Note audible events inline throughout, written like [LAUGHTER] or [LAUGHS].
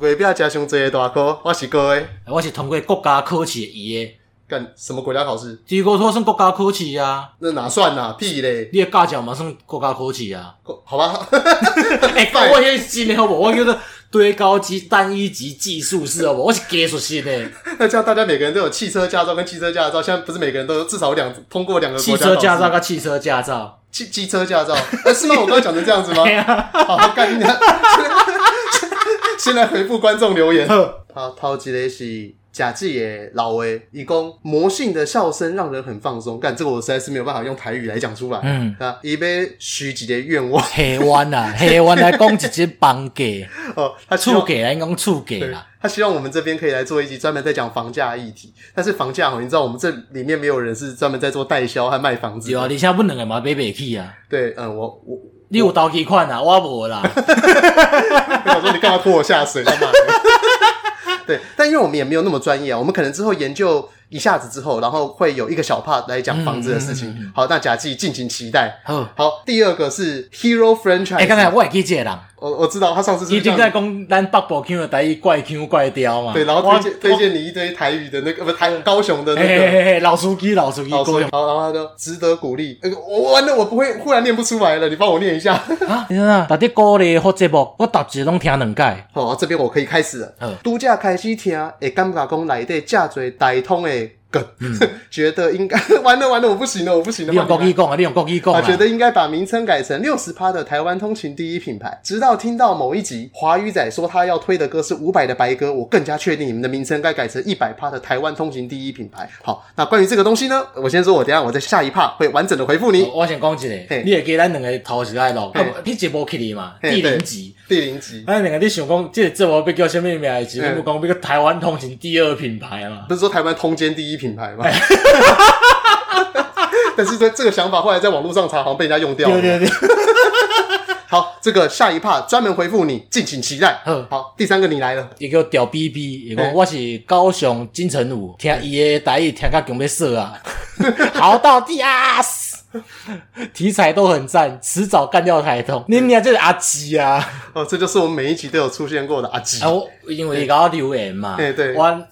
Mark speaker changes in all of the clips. Speaker 1: 月饼食上济的大考，我是高诶。
Speaker 2: 我是通过国家考试伊诶，
Speaker 1: 干什么国家考试？
Speaker 2: 第一个托算国家考试啊，
Speaker 1: 那哪算啊？屁嘞！
Speaker 2: 你诶驾照嘛算国家考试
Speaker 1: [LAUGHS]
Speaker 2: 啊。
Speaker 1: 好吧，
Speaker 2: 哎、欸，我迄新诶好无？我叫做堆高级单一级技术式好无？我是技术
Speaker 1: [LAUGHS]
Speaker 2: 性诶，
Speaker 1: 那这样大家每个人都有汽车驾照跟汽车驾照，现在不是每个人都至少有两通过两个
Speaker 2: 汽
Speaker 1: 国家
Speaker 2: 车驾
Speaker 1: 考
Speaker 2: 照
Speaker 1: 试
Speaker 2: 跟汽车驾照。
Speaker 1: 汽机车驾照？呃，是吗？我刚刚讲成这样子吗
Speaker 2: 哎？呀，
Speaker 1: [LAUGHS] 好，干你娘！先来回复观众留言。
Speaker 2: 呵
Speaker 1: 好，头一个是贾志野老威，以供魔性的笑声让人很放松。干这个我实在是没有办法用台语来讲出来。
Speaker 2: [LAUGHS] 嗯，
Speaker 1: 啊，以被许几的愿望
Speaker 2: 台
Speaker 1: [LAUGHS]
Speaker 2: 湾啊，台湾来讲一只房价，
Speaker 1: 哦，他希
Speaker 2: 厝
Speaker 1: 望
Speaker 2: 价啦，应该讲厝价
Speaker 1: 对
Speaker 2: 啦。，
Speaker 1: 他希望我们这边可以来做一集专门在讲房价议题。但是房价哦，你知道我们这里面没有人是专门在做代销和卖房子的。
Speaker 2: 对啊，而且阮两个嘛买袂起啊。
Speaker 1: 对，嗯，我 [LAUGHS] 我
Speaker 2: 你有投期款啊？我无
Speaker 1: [LAUGHS]
Speaker 2: 啦。
Speaker 1: 我想说你干嘛拖我下水？干嘛？对，但因为我们也没有那么专业啊，我们可能之后研究一下子之后，然后会有一个小 part 来讲房子的事情。
Speaker 2: 嗯嗯嗯
Speaker 1: 好，那贾记敬请期待。
Speaker 2: 好，
Speaker 1: 好，第二个是 Hero Franchise。
Speaker 2: 哎，刚才我会记这个人，
Speaker 1: 我我知道他上次
Speaker 2: 伊
Speaker 1: 是这
Speaker 2: 正在
Speaker 1: 样子
Speaker 2: 讲咱北部腔的台语怪腔怪调嘛。
Speaker 1: 对，然后
Speaker 2: 我哎
Speaker 1: 推荐推。荐你一堆台语的那个不台高雄的
Speaker 2: 我
Speaker 1: 那
Speaker 2: 嘿嘿
Speaker 1: 个。
Speaker 2: 嘿嘿，老司机，老司机，
Speaker 1: 老师，
Speaker 2: 高雄
Speaker 1: 好，然后他就值得鼓励。呃我完了，我不会，忽然念不出来了，你帮我念一下。
Speaker 2: 啊！你知影，逐日鼓励或节目，我逐日拢听两届。
Speaker 1: 好，这边我可以开始了。
Speaker 2: 嗯，
Speaker 1: 度假开始听，会感觉讲内底正侪大通的梗，觉得应该完了完了，我不行了，我不行了。
Speaker 2: 你用国
Speaker 1: 慢
Speaker 2: 语
Speaker 1: 慢
Speaker 2: 讲啊，你用国语讲
Speaker 1: 来
Speaker 2: 啊。
Speaker 1: 啊，觉得应该把名称改成六十趴的台湾通勤第一品牌。直到听到某一集华语仔说他要推的歌是伍佰的《白鸽》，我更加确定你们的名称该改成一百趴的台湾通勤第一品牌。好，那关于这个东西呢，我先说，我等一下我在下一趴会完整的回复
Speaker 2: 哦
Speaker 1: 你。
Speaker 2: 我想讲一
Speaker 1: 嘿
Speaker 2: 个，你会记咱两个头是爱录，
Speaker 1: 嘿
Speaker 2: 啊不你节目去哩嘛，
Speaker 1: 嘿
Speaker 2: 第
Speaker 1: 对
Speaker 2: 零集。
Speaker 1: 第零集
Speaker 2: 咱两个你想讲，这个节目要叫什么名的时候？
Speaker 1: 嗯
Speaker 2: 节目讲要叫台湾通勤第二品牌嘛。
Speaker 1: 不是说台湾通奸第一品牌吗？
Speaker 2: 哎
Speaker 1: [LAUGHS] 但是这这个想法后来在网络上查，好像被人家用掉了。
Speaker 2: 对对对，
Speaker 1: 好，这个下一趴专门回复你，敬请期待。
Speaker 2: 好
Speaker 1: 好，第三个你来了，
Speaker 2: 伊叫调 B B，
Speaker 1: 嘿
Speaker 2: 伊讲我是高雄金城武，听伊的台语听甲强要死啊， [LAUGHS] 嚎到地啊！死题材都很赞，迟早干掉台通。你娘就是阿基
Speaker 1: [LAUGHS]
Speaker 2: 啊！
Speaker 1: 哦，这就是我们每一集都有出现过的阿吉。
Speaker 2: 啊，我因为伊甲我留言嘛，
Speaker 1: 嘿对
Speaker 2: 我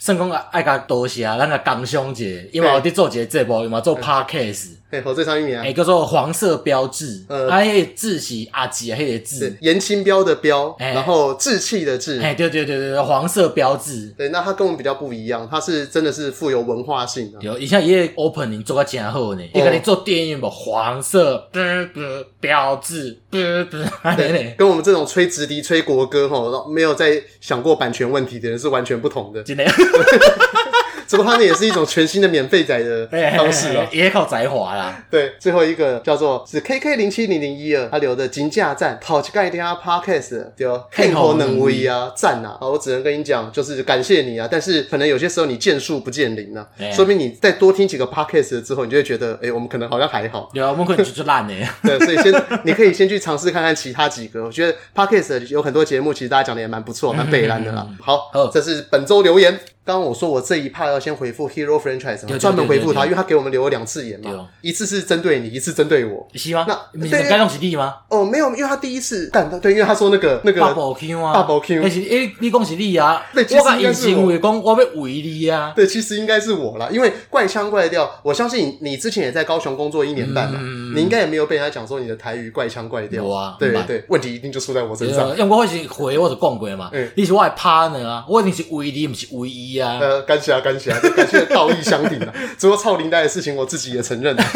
Speaker 2: 算讲爱甲多谢，咱甲感伤者，因为我伫做一个节目，伊嘛做 podcast，
Speaker 1: 哎，火最上一名啊
Speaker 2: 诶，，叫做黄色标志，
Speaker 1: 呃
Speaker 2: 啊，迄个字是阿基啊，迄个
Speaker 1: 是
Speaker 2: 字，
Speaker 1: 严清标的标，
Speaker 2: 哎
Speaker 1: 然后志气的志。
Speaker 2: 哎，对对对对对，黄色标志。
Speaker 1: 对，那他跟我们比较不一样，他是真的是富有文化性的。
Speaker 2: 对，以前伊个 opening 做甲真好呢，伊甲你
Speaker 1: 哦
Speaker 2: 做电影无黄色，啵啵标志，啵啵，安尼呢，
Speaker 1: 跟我们这种吹直笛、吹国歌吼，没有在想过版权问题的人是完全不同的。
Speaker 2: 真的，
Speaker 1: 只不过他们也是一种全新的免费仔的
Speaker 2: 哎
Speaker 1: 方式
Speaker 2: [LAUGHS]
Speaker 1: 啊。
Speaker 2: 也靠才华啦。
Speaker 1: 对，最后一个叫做是 KK 零七零零一二，他留的金价赞，讨一盖听 Podcast 对哦，看
Speaker 2: 看
Speaker 1: 头
Speaker 2: 好
Speaker 1: 能
Speaker 2: 能
Speaker 1: 威
Speaker 2: 为
Speaker 1: 啊，赞啊！好，我只能跟你讲，就是感谢你啊，但是可能有些时候你见树不见林啊
Speaker 2: 对，啊
Speaker 1: 说明你再多听几个 Podcast 之后，你就会觉得，哎，我们可能好像还好。
Speaker 2: 对啊，我们可能就就烂呢。
Speaker 1: [LAUGHS] 对，所以先你可以先去尝试看看其他几个，我觉得 Podcast 有很多节目，其实大家讲的也蛮不错，蛮北蓝的啦。
Speaker 2: 嗯
Speaker 1: 好
Speaker 2: 好，
Speaker 1: 这是本周留言。刚刚我说我这一趴要先回复 Hero Franchise，嘛
Speaker 2: 对
Speaker 1: 专门回复他，
Speaker 2: 对对对
Speaker 1: 因为他给我们留了两次言
Speaker 2: 对
Speaker 1: 嘛
Speaker 2: 哦，
Speaker 1: 一次是针对你，一次针对我。
Speaker 2: 是吗
Speaker 1: 那？
Speaker 2: 你
Speaker 1: 对
Speaker 2: 是该拢是你吗？
Speaker 1: 哦，没有，因为他第一次干的，对，因为他说那个那
Speaker 2: 大
Speaker 1: 个，
Speaker 2: 宝 Q 啊，
Speaker 1: Double Q
Speaker 2: 但是诶，你讲是你啊，
Speaker 1: 对
Speaker 2: 我
Speaker 1: 其实
Speaker 2: 甲
Speaker 1: 应该
Speaker 2: 伊
Speaker 1: 是
Speaker 2: 是为讲我要为你啊。
Speaker 1: 对，其实应该是我啦，因为怪腔怪调，我相信你之前也在高雄工作一年半嘛，
Speaker 2: 嗯
Speaker 1: 你应该也没有被人家讲说你的台语怪腔怪调
Speaker 2: 有啊
Speaker 1: 对
Speaker 2: 明白
Speaker 1: 对，问题一定就出在我身上。
Speaker 2: 对啊因为我是回我就讲过嘛
Speaker 1: 嗯，
Speaker 2: 你是我的 partner 啊，我一定是为你，毋是为伊啊。
Speaker 1: 呃，感谢啊，感谢啊，这感谢道义相挺啊。 [LAUGHS] 只不过超林代的事情，我自己也承认、啊 [LAUGHS]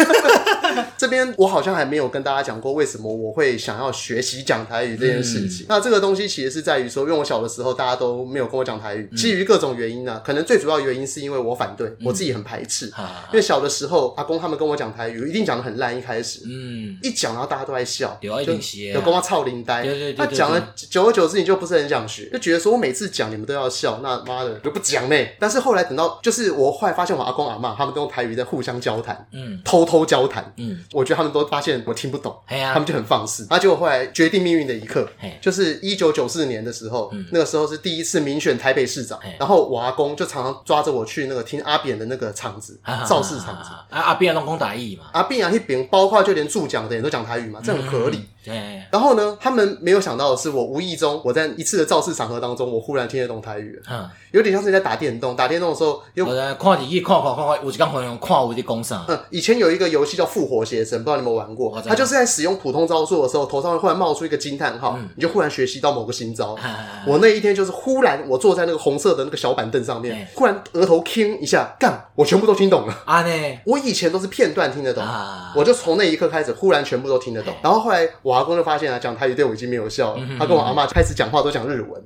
Speaker 1: 这边我好像还没有跟大家讲过，为什么我会想要学习讲台语这件事
Speaker 2: 嗯
Speaker 1: 情。那这个东西其实是在于说，因为我小的时候大家都没有跟我讲台语，基于各种原因呢、啊可能最主要原因是因为我反对，我自己很排斥。
Speaker 2: 啊
Speaker 1: 因，为小的时候，阿公他们跟我讲台语，一定讲的很烂，一开始。
Speaker 2: 嗯，
Speaker 1: 一讲，然后大家都在笑，
Speaker 2: 对啊
Speaker 1: 就
Speaker 2: 一定是的啊
Speaker 1: 有跟我操林呆，
Speaker 2: 对对对
Speaker 1: 他
Speaker 2: 对
Speaker 1: 讲了久而久之，你就不是很想学，就觉得说我每次讲你们都要笑，那妈的就不讲嘞。但是后来等到，就是我后来发现我阿公阿妈他们都用台语在互相交谈，
Speaker 2: 嗯
Speaker 1: 偷偷交谈，
Speaker 2: 嗯，
Speaker 1: 我觉得他们都发现我听不懂，
Speaker 2: 哎
Speaker 1: 他
Speaker 2: 呀
Speaker 1: 们，就很放肆。啊那结果后来决定命运的一刻
Speaker 2: 嘿，
Speaker 1: 就是一九九四年的时候，那个时候是第一次民选台北市长
Speaker 2: 嗯嘿，
Speaker 1: 然后我阿公就常常抓着我去那个听阿扁的那个场子，造
Speaker 2: 啊
Speaker 1: 势场子。啊
Speaker 2: 啊啊，变拢讲台语嘛。
Speaker 1: 阿扁啊，那边包括就连助讲的人都讲台语嘛，这很合理。
Speaker 2: 哎，
Speaker 1: 然后呢，他们没有想到的是，我无意中我在一次的造势场合当中，我忽然听得懂台语了，
Speaker 2: 哈，
Speaker 1: 有点像是你在打电动，打电动的时候有
Speaker 2: 我。来看日记，看看看看，有一工可能看有伫讲啥，
Speaker 1: 嗯，以前有一个游戏叫《复活邪神》，不知道你们有没有玩过
Speaker 2: 我？知道
Speaker 1: 它就是在使用普通招数的时候，头上会忽然冒出一个惊叹号，你就忽然学习到某个新招。
Speaker 2: 啊
Speaker 1: 我那一天就是忽然，我坐在那个红色的那个小板凳上面
Speaker 2: 哎，
Speaker 1: 忽然额头 king 一下，干，我全部都听懂了。
Speaker 2: 安尼
Speaker 1: 我以前都是片段听得懂，
Speaker 2: 啊，
Speaker 1: 我就从那一刻开始，忽然全部都听得
Speaker 2: 哎
Speaker 1: 懂。然后后来我阿公就发现啊，讲台语对我已经没有效了，
Speaker 2: 嗯
Speaker 1: 他跟我阿妈开始讲话都讲日
Speaker 2: [LAUGHS]
Speaker 1: 文。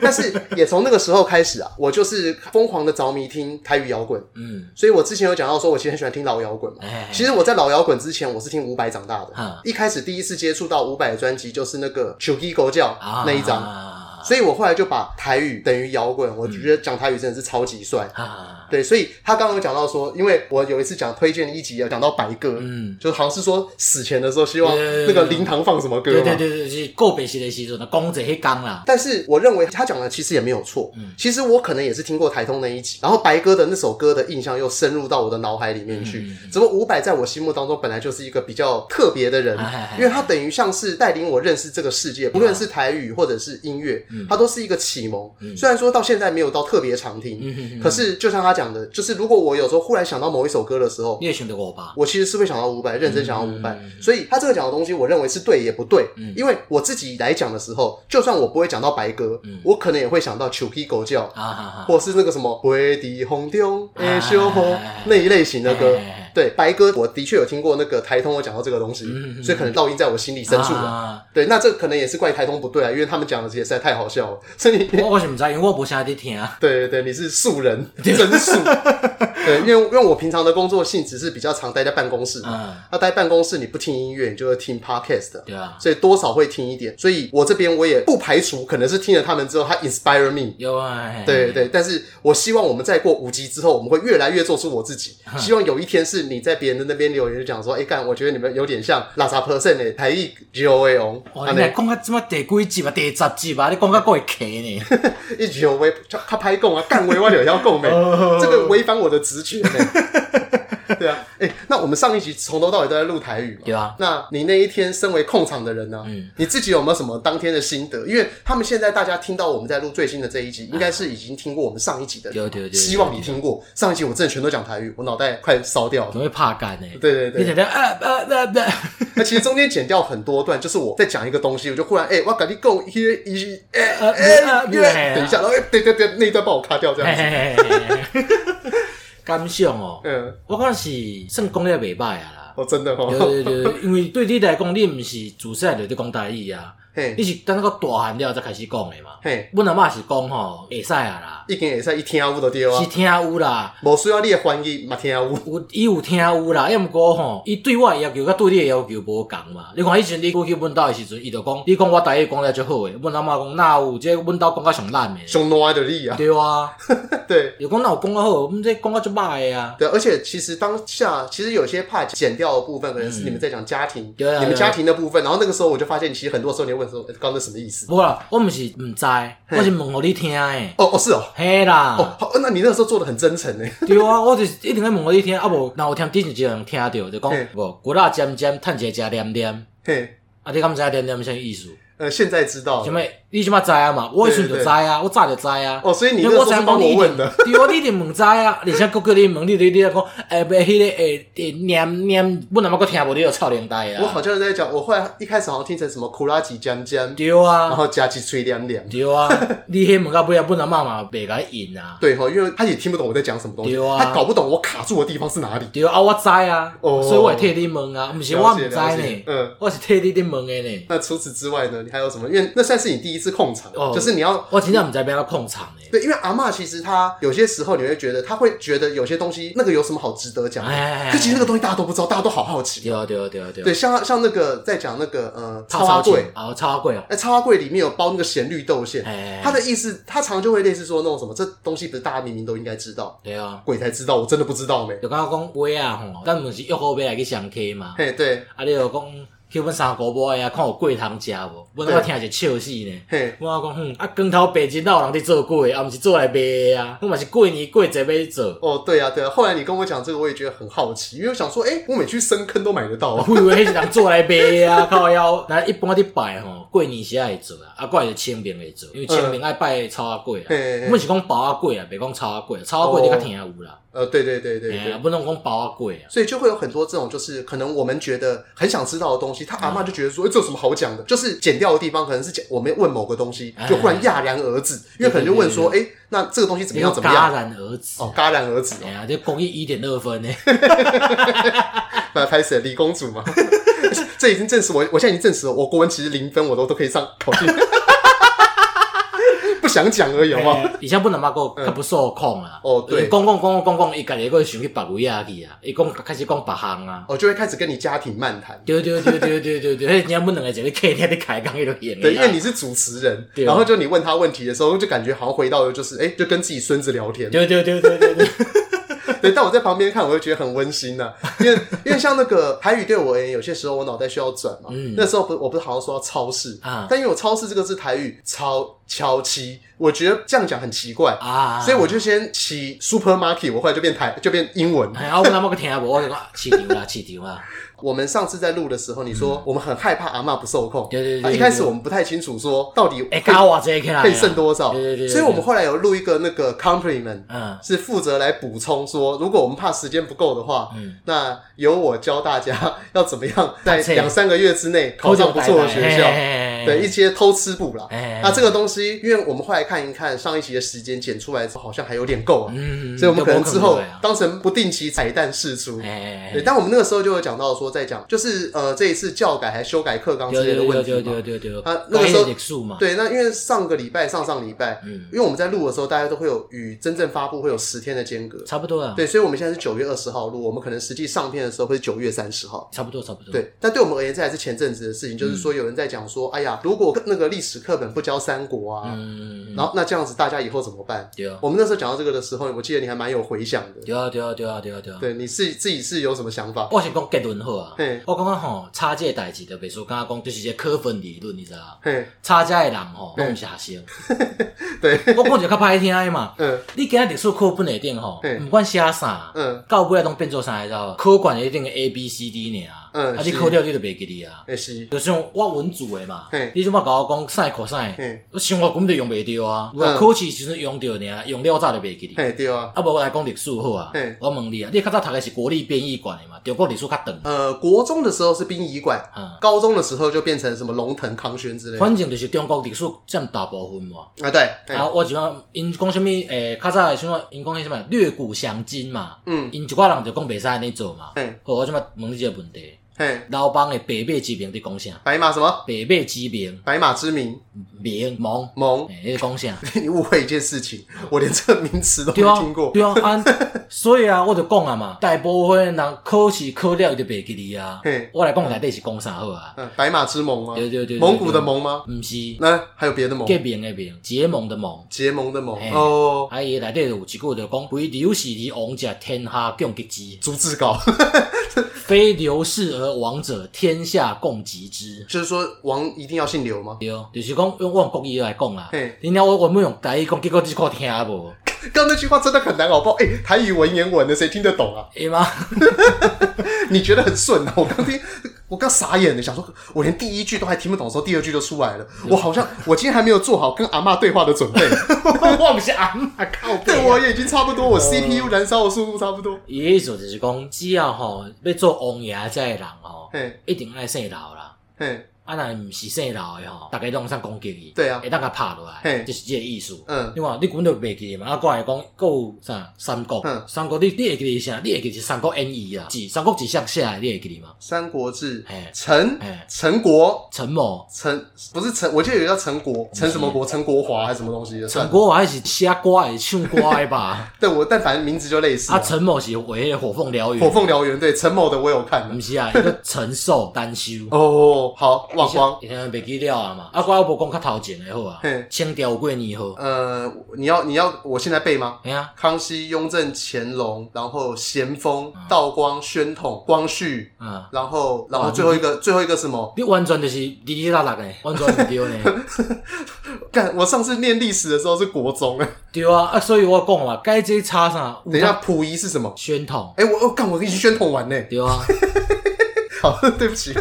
Speaker 1: 但是也从那个时候开始啊，我就是疯狂的着迷听台语摇滚。
Speaker 2: 嗯，
Speaker 1: 所以我之前有讲到说，我其实很喜欢听老摇滚嘛。
Speaker 2: 哎，
Speaker 1: 其实我在老摇滚之前，我是听伍佰长大的
Speaker 2: 嗯。
Speaker 1: 一开始第一次接触到伍佰的专辑就是那个《手机狗叫》
Speaker 2: 啊
Speaker 1: 那一张，
Speaker 2: 啊
Speaker 1: 所以我后来就把台语等于摇滚，我觉得讲台语真的是超级帅。
Speaker 2: 啊，
Speaker 1: 对，所以他刚刚有讲到说，因为我有一次讲推荐一集，啊有讲到白鸽，
Speaker 2: 嗯，
Speaker 1: 就好像是说死前的时候希望
Speaker 2: 对
Speaker 1: 那个灵堂放什么歌嘛。
Speaker 2: 对对对对，是告别式的时阵，讲者迄工啦，
Speaker 1: 但是我认为他讲的其实也没有错，
Speaker 2: 嗯
Speaker 1: 其实我可能也是听过台通那一集，然后白鸽的那首歌的印象又深入到我的脑海里面
Speaker 2: 嗯
Speaker 1: 去。只不过伍佰在我心目当中本来就是一个比较特别的人，
Speaker 2: 哎哎哎
Speaker 1: 因为他等于像是带领我认识这个世
Speaker 2: 啊
Speaker 1: 界，不论是台语或者是音乐，
Speaker 2: 嗯
Speaker 1: 他都是一个启蒙。虽然说到现在没有到特别常听，
Speaker 2: 嗯
Speaker 1: 可是就像他讲的，就是如果我有时候忽然想到某一首歌的时候，
Speaker 2: 你会想到五吧？
Speaker 1: 我其实是会想到五百，认真想到五百、
Speaker 2: 嗯
Speaker 1: 所以他这个讲的东西，我认为是对也不对，因为我自己来讲的时候，就算我不会讲到白鸽，我可能也会想到球踢狗叫，
Speaker 2: 嗯啊哈哈，
Speaker 1: 或是那个什么回地红中诶修吼
Speaker 2: 哎
Speaker 1: 那一类型的歌
Speaker 2: 哎哎哎。
Speaker 1: 对白鸽，我的确有听过那个台通，我讲到这个东西，所以可能烙印在我心里深处了。
Speaker 2: 嗯啊
Speaker 1: 对，那这可能也是怪台通不对啊，因为他们讲的实在是太好笑了，所以你
Speaker 2: 我我是毋知，因为我无啥伫听。
Speaker 1: 对对对，你是素人，真
Speaker 2: [LAUGHS]
Speaker 1: 素。对，因为因为我平常的工作性质是比较常待在办公室嘛，
Speaker 2: 嗯，
Speaker 1: 那、待办公室你不听音乐，你就会听 podcast，
Speaker 2: 对啊，
Speaker 1: 所以多少会听一点。所以我这边我也不排除可能是听了他们之后，他 inspire me。
Speaker 2: 有啊，嘿
Speaker 1: 对，对，但是我希望我们再过五集之后，我们会越来越做出我自己。希望有一天是你在别人的那边留言，就讲说，哎、干，我觉得你们有点像拉萨 person 诶，台艺 G O A 哦 O，
Speaker 2: 哇，哦你来讲到即马第几集啊？第十集啊？你讲到够会客呢？
Speaker 1: [LAUGHS] 一直有违，他拍供啊，干违我有要供没？这个违反我的直觉呢。对啊，哎、那我们上一集从头到尾都在录台语嘛。
Speaker 2: 对啊。
Speaker 1: 那你那一天身为控场的人呢、
Speaker 2: 嗯
Speaker 1: 你自己有没有什么当天的心得？因为他们现在大家听到我们在录最新的这一集，应该是已经听过我们上一集的人。
Speaker 2: 对对对对
Speaker 1: 希望你听过上一集，我真的全都讲台语，我脑袋快烧掉了
Speaker 2: 总。会怕干呢？
Speaker 1: 对对对，
Speaker 2: 嗯你想想啊啊啊啊！
Speaker 1: 那其实中间剪掉很多段，就是我在讲一个东西，我就忽然哎、欸我赶紧 go here 一哎
Speaker 2: 呃
Speaker 1: 哎，
Speaker 2: 呃
Speaker 1: 哎等一下，然后哎、对对对，那一段帮我卡掉这样子。
Speaker 2: 嘿嘿嘿 [LAUGHS] 嘿感想哦，
Speaker 1: 嗯，
Speaker 2: 我看是算讲了袂歹啊啦。
Speaker 1: 哦，真的
Speaker 2: 对
Speaker 1: 哦，
Speaker 2: 对对，因为对你来讲，你毋是自细汉就伫讲台语啊，你
Speaker 1: 嘿，
Speaker 2: 是等到大汉了才开始讲的嘛。
Speaker 1: 嘿，
Speaker 2: 阮阿嬷是讲吼，会使啊
Speaker 1: 一定会使一听有就对
Speaker 2: 啦，
Speaker 1: 啊
Speaker 2: 是，听有啦，
Speaker 1: 无需要你的翻译嘛听啊有。
Speaker 2: 有伊有听有啦，要毋过吼，伊对我的要求甲对你的要求无共嘛。你看以前你过去阮兜的时阵，伊就讲，你讲我台语讲了足好诶，阮阿嬷讲哪有，即阮兜讲甲上烂诶，
Speaker 1: 熊暖的力啊，
Speaker 2: 对啊，
Speaker 1: 对
Speaker 2: 伊讲哪有讲较好，阮这讲甲足歹诶啊。
Speaker 1: 对，而且其实当下其实有些怕剪掉的部分，可能是你们在讲家庭，
Speaker 2: 嗯对啊
Speaker 1: 你们
Speaker 2: 对啊
Speaker 1: 家庭的部分，然后那个时候我就发现，其实很多时候你会问说，欸刚刚那什么意思？
Speaker 2: 无啦，我毋是毋知，
Speaker 1: 嘿
Speaker 2: 我是问互你听诶。
Speaker 1: 哦哦是哦，
Speaker 2: 嘿啦，
Speaker 1: 哦好，那你那个时候做的很真诚呢。 [LAUGHS]
Speaker 2: 对啊，我就是一定要问互你听，啊无，若有听顶一集有人听着，就讲
Speaker 1: 嘿
Speaker 2: 无，骨啦尖尖，趁一个食念念，
Speaker 1: 嘿，
Speaker 2: 啊，你敢毋知影念念啥意思？
Speaker 1: 呃，现在知道
Speaker 2: 什
Speaker 1: 了。
Speaker 2: 么？你即摆知啊嘛？我迄阵就知啊，我早就知啊。
Speaker 1: 哦，所以你
Speaker 2: 因
Speaker 1: 那
Speaker 2: 为
Speaker 1: 个
Speaker 2: 我
Speaker 1: 时候是
Speaker 2: 知影
Speaker 1: 帮
Speaker 2: 讲
Speaker 1: 我
Speaker 2: 你一
Speaker 1: 问
Speaker 2: 定，
Speaker 1: 的，
Speaker 2: 对啊，你一定问知啊，而且佫叫你问，你你你来讲，诶，袂迄个诶诶念念，阮阿妈佫听无，你就臭连呆
Speaker 1: 我
Speaker 2: 啊。
Speaker 1: 好像在讲，我后来一开始好像听成什么苦拉吉江江，
Speaker 2: 对
Speaker 1: 然
Speaker 2: 啊，
Speaker 1: 后加几吹凉凉。
Speaker 2: 对啊，你迄问到尾啊，阮阿嬷嘛袂甲应啊。
Speaker 1: 对哈，因为他也听不懂我在讲什么东西，
Speaker 2: 对啊
Speaker 1: 他搞不懂我卡住的地方是哪里。
Speaker 2: 对啊，我知啊，
Speaker 1: 哦
Speaker 2: 所以我会替你问啊，毋是我
Speaker 1: 了
Speaker 2: 毋
Speaker 1: 解
Speaker 2: 知
Speaker 1: 了解
Speaker 2: 呢，
Speaker 1: 嗯。
Speaker 2: 我是替你伫问的呢，
Speaker 1: 那除此之外呢？你还有什么？因为那算是你第一次控场，
Speaker 2: 哦
Speaker 1: 就是你要
Speaker 2: 我真正毋知要安怎控场呢。
Speaker 1: 对，因为阿嬷其实她有些时候你会觉得，她会觉得有些东西那个有什么好值得讲的，
Speaker 2: 哎
Speaker 1: 可其实那个东西大家都不知道，大家都好好奇。
Speaker 2: 对啊，对啊，对啊，对啊，
Speaker 1: 对，像像那个在讲那个呃
Speaker 2: 超
Speaker 1: 插花柜，
Speaker 2: 啊，超花贵哦，
Speaker 1: 哎，插花柜里面有包那个咸绿豆馅，
Speaker 2: 哎，
Speaker 1: 他的意思，他常就会类似说那种什么，这东西不是大家明明都应该知道，
Speaker 2: 对啊，
Speaker 1: 鬼才知道，我真的不知道没？
Speaker 2: 就感觉讲话啊吼，咱毋是约好要来去上课嘛，
Speaker 1: 嘿，对，
Speaker 2: 啊，你就讲。去阮三姑婆遐看有过通食无？阮阿妈听就笑死呢。
Speaker 1: 嘿，
Speaker 2: 我阿讲，哼，啊，光头白日哪有人伫做粿，啊，毋是做来卖的啊，我嘛是过年过节要做。
Speaker 1: 哦，对啊，对啊。后来你跟我讲这个，我也觉得很好奇，因为我想说，哎、我每去深坑都买得到、啊。
Speaker 2: 哦我以为迄是人做来卖的啊， [LAUGHS] 靠腰，那一般伫拜吼，过年时会做啊，啊，过来就清明会做，因为清明爱拜草仔粿啊，
Speaker 1: 嗯嘿，嘿
Speaker 2: 阮是讲包仔粿啊，袂讲草仔粿，草仔粿你较听有啦，
Speaker 1: 呃，对对对对
Speaker 2: 哎
Speaker 1: 对
Speaker 2: 呀，。不能讲包仔粿啊。
Speaker 1: 所以就会有很多这种，就是可能我们觉得很想知道的东西，他阿嬷就觉得说，哎、这有什么好讲的？就是剪掉的地方，可能是剪我们问某个东西，就忽然戛然而止，因为可能就问说，哎、那这个东西怎么
Speaker 2: 你要
Speaker 1: 样？怎么
Speaker 2: 戛
Speaker 1: 样？
Speaker 2: 然而止、
Speaker 1: 哦，戛然而止哦，
Speaker 2: 哎呀，这公益一点二分呢，
Speaker 1: 来拍谁？李公主吗？ [LAUGHS] 这已经证实我，我现在已经证实了，我国文其实零分，我都都可以上考进。 [LAUGHS] 不想讲而已，好不好？
Speaker 2: 而且本阿妈个较不受控啦。
Speaker 1: 嗯哦对
Speaker 2: 讲讲讲讲讲，伊家己个想去别位啊去啊，伊讲开始讲别项啊。
Speaker 1: 哦我就会开始跟你家庭漫谈。
Speaker 2: 对对对对对对对， [LAUGHS] 迄人家阮两个一个客厅咧开讲，伊就啊用
Speaker 1: 对，因为你是主持人，
Speaker 2: 嗯对啊
Speaker 1: 然后就你问他问题的时候，就感觉好像回到了就是，哎，就跟自己孙子聊天。
Speaker 2: 对对对对对
Speaker 1: [LAUGHS]
Speaker 2: 对，
Speaker 1: 对，但我在旁边看，我会觉得很温馨呐、因为因为像那个台语对我而言，有些时候我脑袋需要转嘛。
Speaker 2: 嗯
Speaker 1: 那时候不，我不是好像说要超市
Speaker 2: 啊
Speaker 1: 但因为我超市这个字台语超超期，我觉得这样讲很奇怪，
Speaker 2: 啊，
Speaker 1: 所以我就先起 supermarket，我后来就变台就变英文。
Speaker 2: 哎呀，我阿妈个听无，我
Speaker 1: [LAUGHS]
Speaker 2: 就讲啊市场啦，市场啦，
Speaker 1: 我们上次在录的时候，你说我们很害怕阿嬷不受控，
Speaker 2: 嗯对对对
Speaker 1: 啊
Speaker 2: 对
Speaker 1: 一开始
Speaker 2: 对
Speaker 1: 我们不太清楚说到底
Speaker 2: 会加偌济起来啦，
Speaker 1: 可以剩多少，
Speaker 2: 对对对对
Speaker 1: 所以我们后来有录一个那个 compliment。
Speaker 2: 嗯
Speaker 1: 是负责来补充说，如果我们怕时间不够的话，
Speaker 2: 嗯，
Speaker 1: 那由我教大家 [LAUGHS] 要怎么
Speaker 2: [LAUGHS]
Speaker 1: 样在
Speaker 2: 看册
Speaker 1: 两三个月之内考上不错的学校，对一些偷吃补啦。
Speaker 2: 哎
Speaker 1: 那这个东西，因为我们后来看一看上一期的时间剪出来之后，好像还有点够啊，
Speaker 2: 嗯，
Speaker 1: 所以我们可能之后
Speaker 2: 哎
Speaker 1: 当成不定期彩蛋释出。
Speaker 2: 哎，
Speaker 1: 对，但我们那个时候就有讲到说，在讲就是呃这一次教改还修改课纲之
Speaker 2: 对
Speaker 1: 类的
Speaker 2: 对
Speaker 1: 问
Speaker 2: 对
Speaker 1: 题
Speaker 2: 对
Speaker 1: 嘛。
Speaker 2: 对对对，
Speaker 1: 啊那个时候
Speaker 2: 历史嘛，
Speaker 1: 对，那因为上个礼拜、上上礼拜，
Speaker 2: 嗯，
Speaker 1: 因为我们在录的时候，大家都会有与真正发布会有十天的间隔，
Speaker 2: 差不多啊，
Speaker 1: 对，所以我们现在是九月二十号录，我们可能实际上片的时候会是九月三十号。
Speaker 2: 差不多差不多，，
Speaker 1: 对，但对我们而言，这还是前阵子的事情，就是说有人在讲说，哎呀，如果那个历史课本不教三国啊，
Speaker 2: 嗯，
Speaker 1: 然后那这样子大家以后怎么办？
Speaker 2: 对啊，
Speaker 1: 我们那时候讲到这个的时候，我记得你还蛮有回想的，
Speaker 2: 对啊对啊对啊对啊对啊，
Speaker 1: 对，你是自己是有什么想法？
Speaker 2: 我是讲结论好啊
Speaker 1: 嘿，
Speaker 2: 我感觉吼，差这代志就别说，刚刚讲就是一个科分理论，你知道吗？
Speaker 1: 嘿，
Speaker 2: 差这的人吼，拢毋是学生，
Speaker 1: [LAUGHS] 对，
Speaker 2: 我讲一个较歹听的嘛，
Speaker 1: 嗯
Speaker 2: 你今仔历史课本内顶吼
Speaker 1: 嘿，
Speaker 2: 毋管写啥。
Speaker 1: 嗯，
Speaker 2: 到尾啊拢变做啥，你知道吗？考卷一定 A B C D 尔，
Speaker 1: 嗯
Speaker 2: 啊你
Speaker 1: 是
Speaker 2: 考掉你就袂记哩啊。
Speaker 1: 哎是，
Speaker 2: 就像我文组的嘛
Speaker 1: 嘿，
Speaker 2: 你即摆甲我讲赛考赛
Speaker 1: 嘿，
Speaker 2: 我生活根本就用袂着啊。
Speaker 1: 嗯
Speaker 2: 有啊，考试时阵用着尔，用了早就袂记哩。
Speaker 1: 嘿对啊，
Speaker 2: 啊，无我来讲历史好啊
Speaker 1: 嘿。
Speaker 2: 我问你啊，你较早读的是国立编译馆的嘛？中国历史较长，
Speaker 1: 呃，国中的时候是殡仪馆，
Speaker 2: 啊，
Speaker 1: 高中的时候就变成什么龙腾康轩之类的
Speaker 2: 反正就是中国历史占大部分嘛。
Speaker 1: 啊，对，嘿
Speaker 2: 啊，我就讲因讲啥物诶，较早的什么？因讲迄什么略古详今嘛，
Speaker 1: 嗯，
Speaker 2: 因一寡人就讲袂使安尼做嘛。
Speaker 1: 嘿
Speaker 2: 好，我即摆问你一个问题：
Speaker 1: 嘿，
Speaker 2: 老邦的白马之名伫讲啥？
Speaker 1: 白马什么？
Speaker 2: 白马之名，
Speaker 1: 白马之名
Speaker 2: 名蒙，
Speaker 1: 蒙，
Speaker 2: 诶，你在讲啥？
Speaker 1: [LAUGHS] 你误会一件事情，我连这个名词都
Speaker 2: 对
Speaker 1: 没
Speaker 2: 啊
Speaker 1: 听过，。
Speaker 2: 对啊，啊，所以啊，我就讲啊嘛，大部分人考试考了就袂记哩啊
Speaker 1: 嘿。
Speaker 2: 我来讲内底是讲啥好啊？
Speaker 1: 嗯，白马之盟吗？
Speaker 2: 对对对对
Speaker 1: 蒙古的盟吗？
Speaker 2: 毋是
Speaker 1: 那还有别的盟？
Speaker 2: 结盟的盟，结盟
Speaker 1: 结盟
Speaker 2: 的盟。
Speaker 1: 的盟
Speaker 2: 嘿
Speaker 1: 哦，
Speaker 2: 啊，伊内底有一句就讲，非刘氏而王者，天下共极之；
Speaker 1: 逐字稿， [LAUGHS]
Speaker 2: 非刘氏而王者，天下共极之。
Speaker 1: 就是说王一定要姓刘吗？
Speaker 2: 对，就是讲用我用国语来讲啊
Speaker 1: 嘿。
Speaker 2: 你了我我们用台语讲，结果你个听无？
Speaker 1: 刚刚那句话真的很难搞不好？哎、台语文言文的谁听得懂啊？[LAUGHS]
Speaker 2: 会吗？
Speaker 1: 你觉得很顺啊？我 [LAUGHS] 刚听，我刚傻眼了，想说我连第一句都还听不懂的时候，第二句就出来了，我好像我今天还没有做好跟阿嬷对话的
Speaker 2: [LAUGHS]
Speaker 1: 准备。
Speaker 2: 我毋是阿嬷靠背啊
Speaker 1: 对，我也已经差不多，我 CPU 燃烧的速度差不多。
Speaker 2: 伊的意思就是讲，只要吼要做王爷这的人吼，
Speaker 1: 嘿，
Speaker 2: 一定爱姓老啦。
Speaker 1: 嘿，
Speaker 2: 啊，若毋是姓老的吼，逐个拢上攻击伊，
Speaker 1: 对啊
Speaker 2: 会当甲拍落来
Speaker 1: 嘿，
Speaker 2: 就是即个意思。
Speaker 1: 嗯
Speaker 2: 你看，你根本就袂记嘛。啊，我会讲，搁有啥三国
Speaker 1: 嗯？
Speaker 2: 三国你你会记是啥？你会记是《三国演义》啊啦，是《三国志》上写的，你会记吗？
Speaker 1: 《三国志
Speaker 2: 嘿》
Speaker 1: 陈
Speaker 2: 哎，
Speaker 1: 陈国
Speaker 2: 陈某、
Speaker 1: 陈不是陈，我记得有一个叫陈国，陈什么国？陈国华还是什么东西的？
Speaker 2: 嗯陈国华还是写歌还是唱歌的
Speaker 1: [LAUGHS]
Speaker 2: 吧？
Speaker 1: 对我，但反正名字就类似、
Speaker 2: 啊，
Speaker 1: 啊。
Speaker 2: 陈某是为迄个火凤燎原，
Speaker 1: 火凤燎原，对陈某的我有看。
Speaker 2: 毋是啊，一个陈寿单修。
Speaker 1: [LAUGHS] 哦，好，忘光。
Speaker 2: 以前袂记了啊嘛，啊，我无讲较头前的好啊
Speaker 1: 嘿，
Speaker 2: 先调过年好，
Speaker 1: 呃，你要你要我现在背吗？
Speaker 2: 哎呀，
Speaker 1: 康熙、雍正、乾隆，然后咸丰、
Speaker 2: 嗯
Speaker 1: 道光、宣统、光绪，
Speaker 2: 啊，
Speaker 1: 然后然后最后一个最后一个什么？
Speaker 2: 你完全就是滴滴答答的，完全毋对
Speaker 1: [LAUGHS]
Speaker 2: 呢，
Speaker 1: 干，我上次念历史的时候是国中哎。
Speaker 2: 对啊，啊，所以我讲嘛，该这差啥，有
Speaker 1: 等一下，溥仪是什么？
Speaker 2: 宣统，
Speaker 1: 哎，我哦干，我已经宣统完呢。
Speaker 2: 对啊，
Speaker 1: 好， [LAUGHS] 对不起。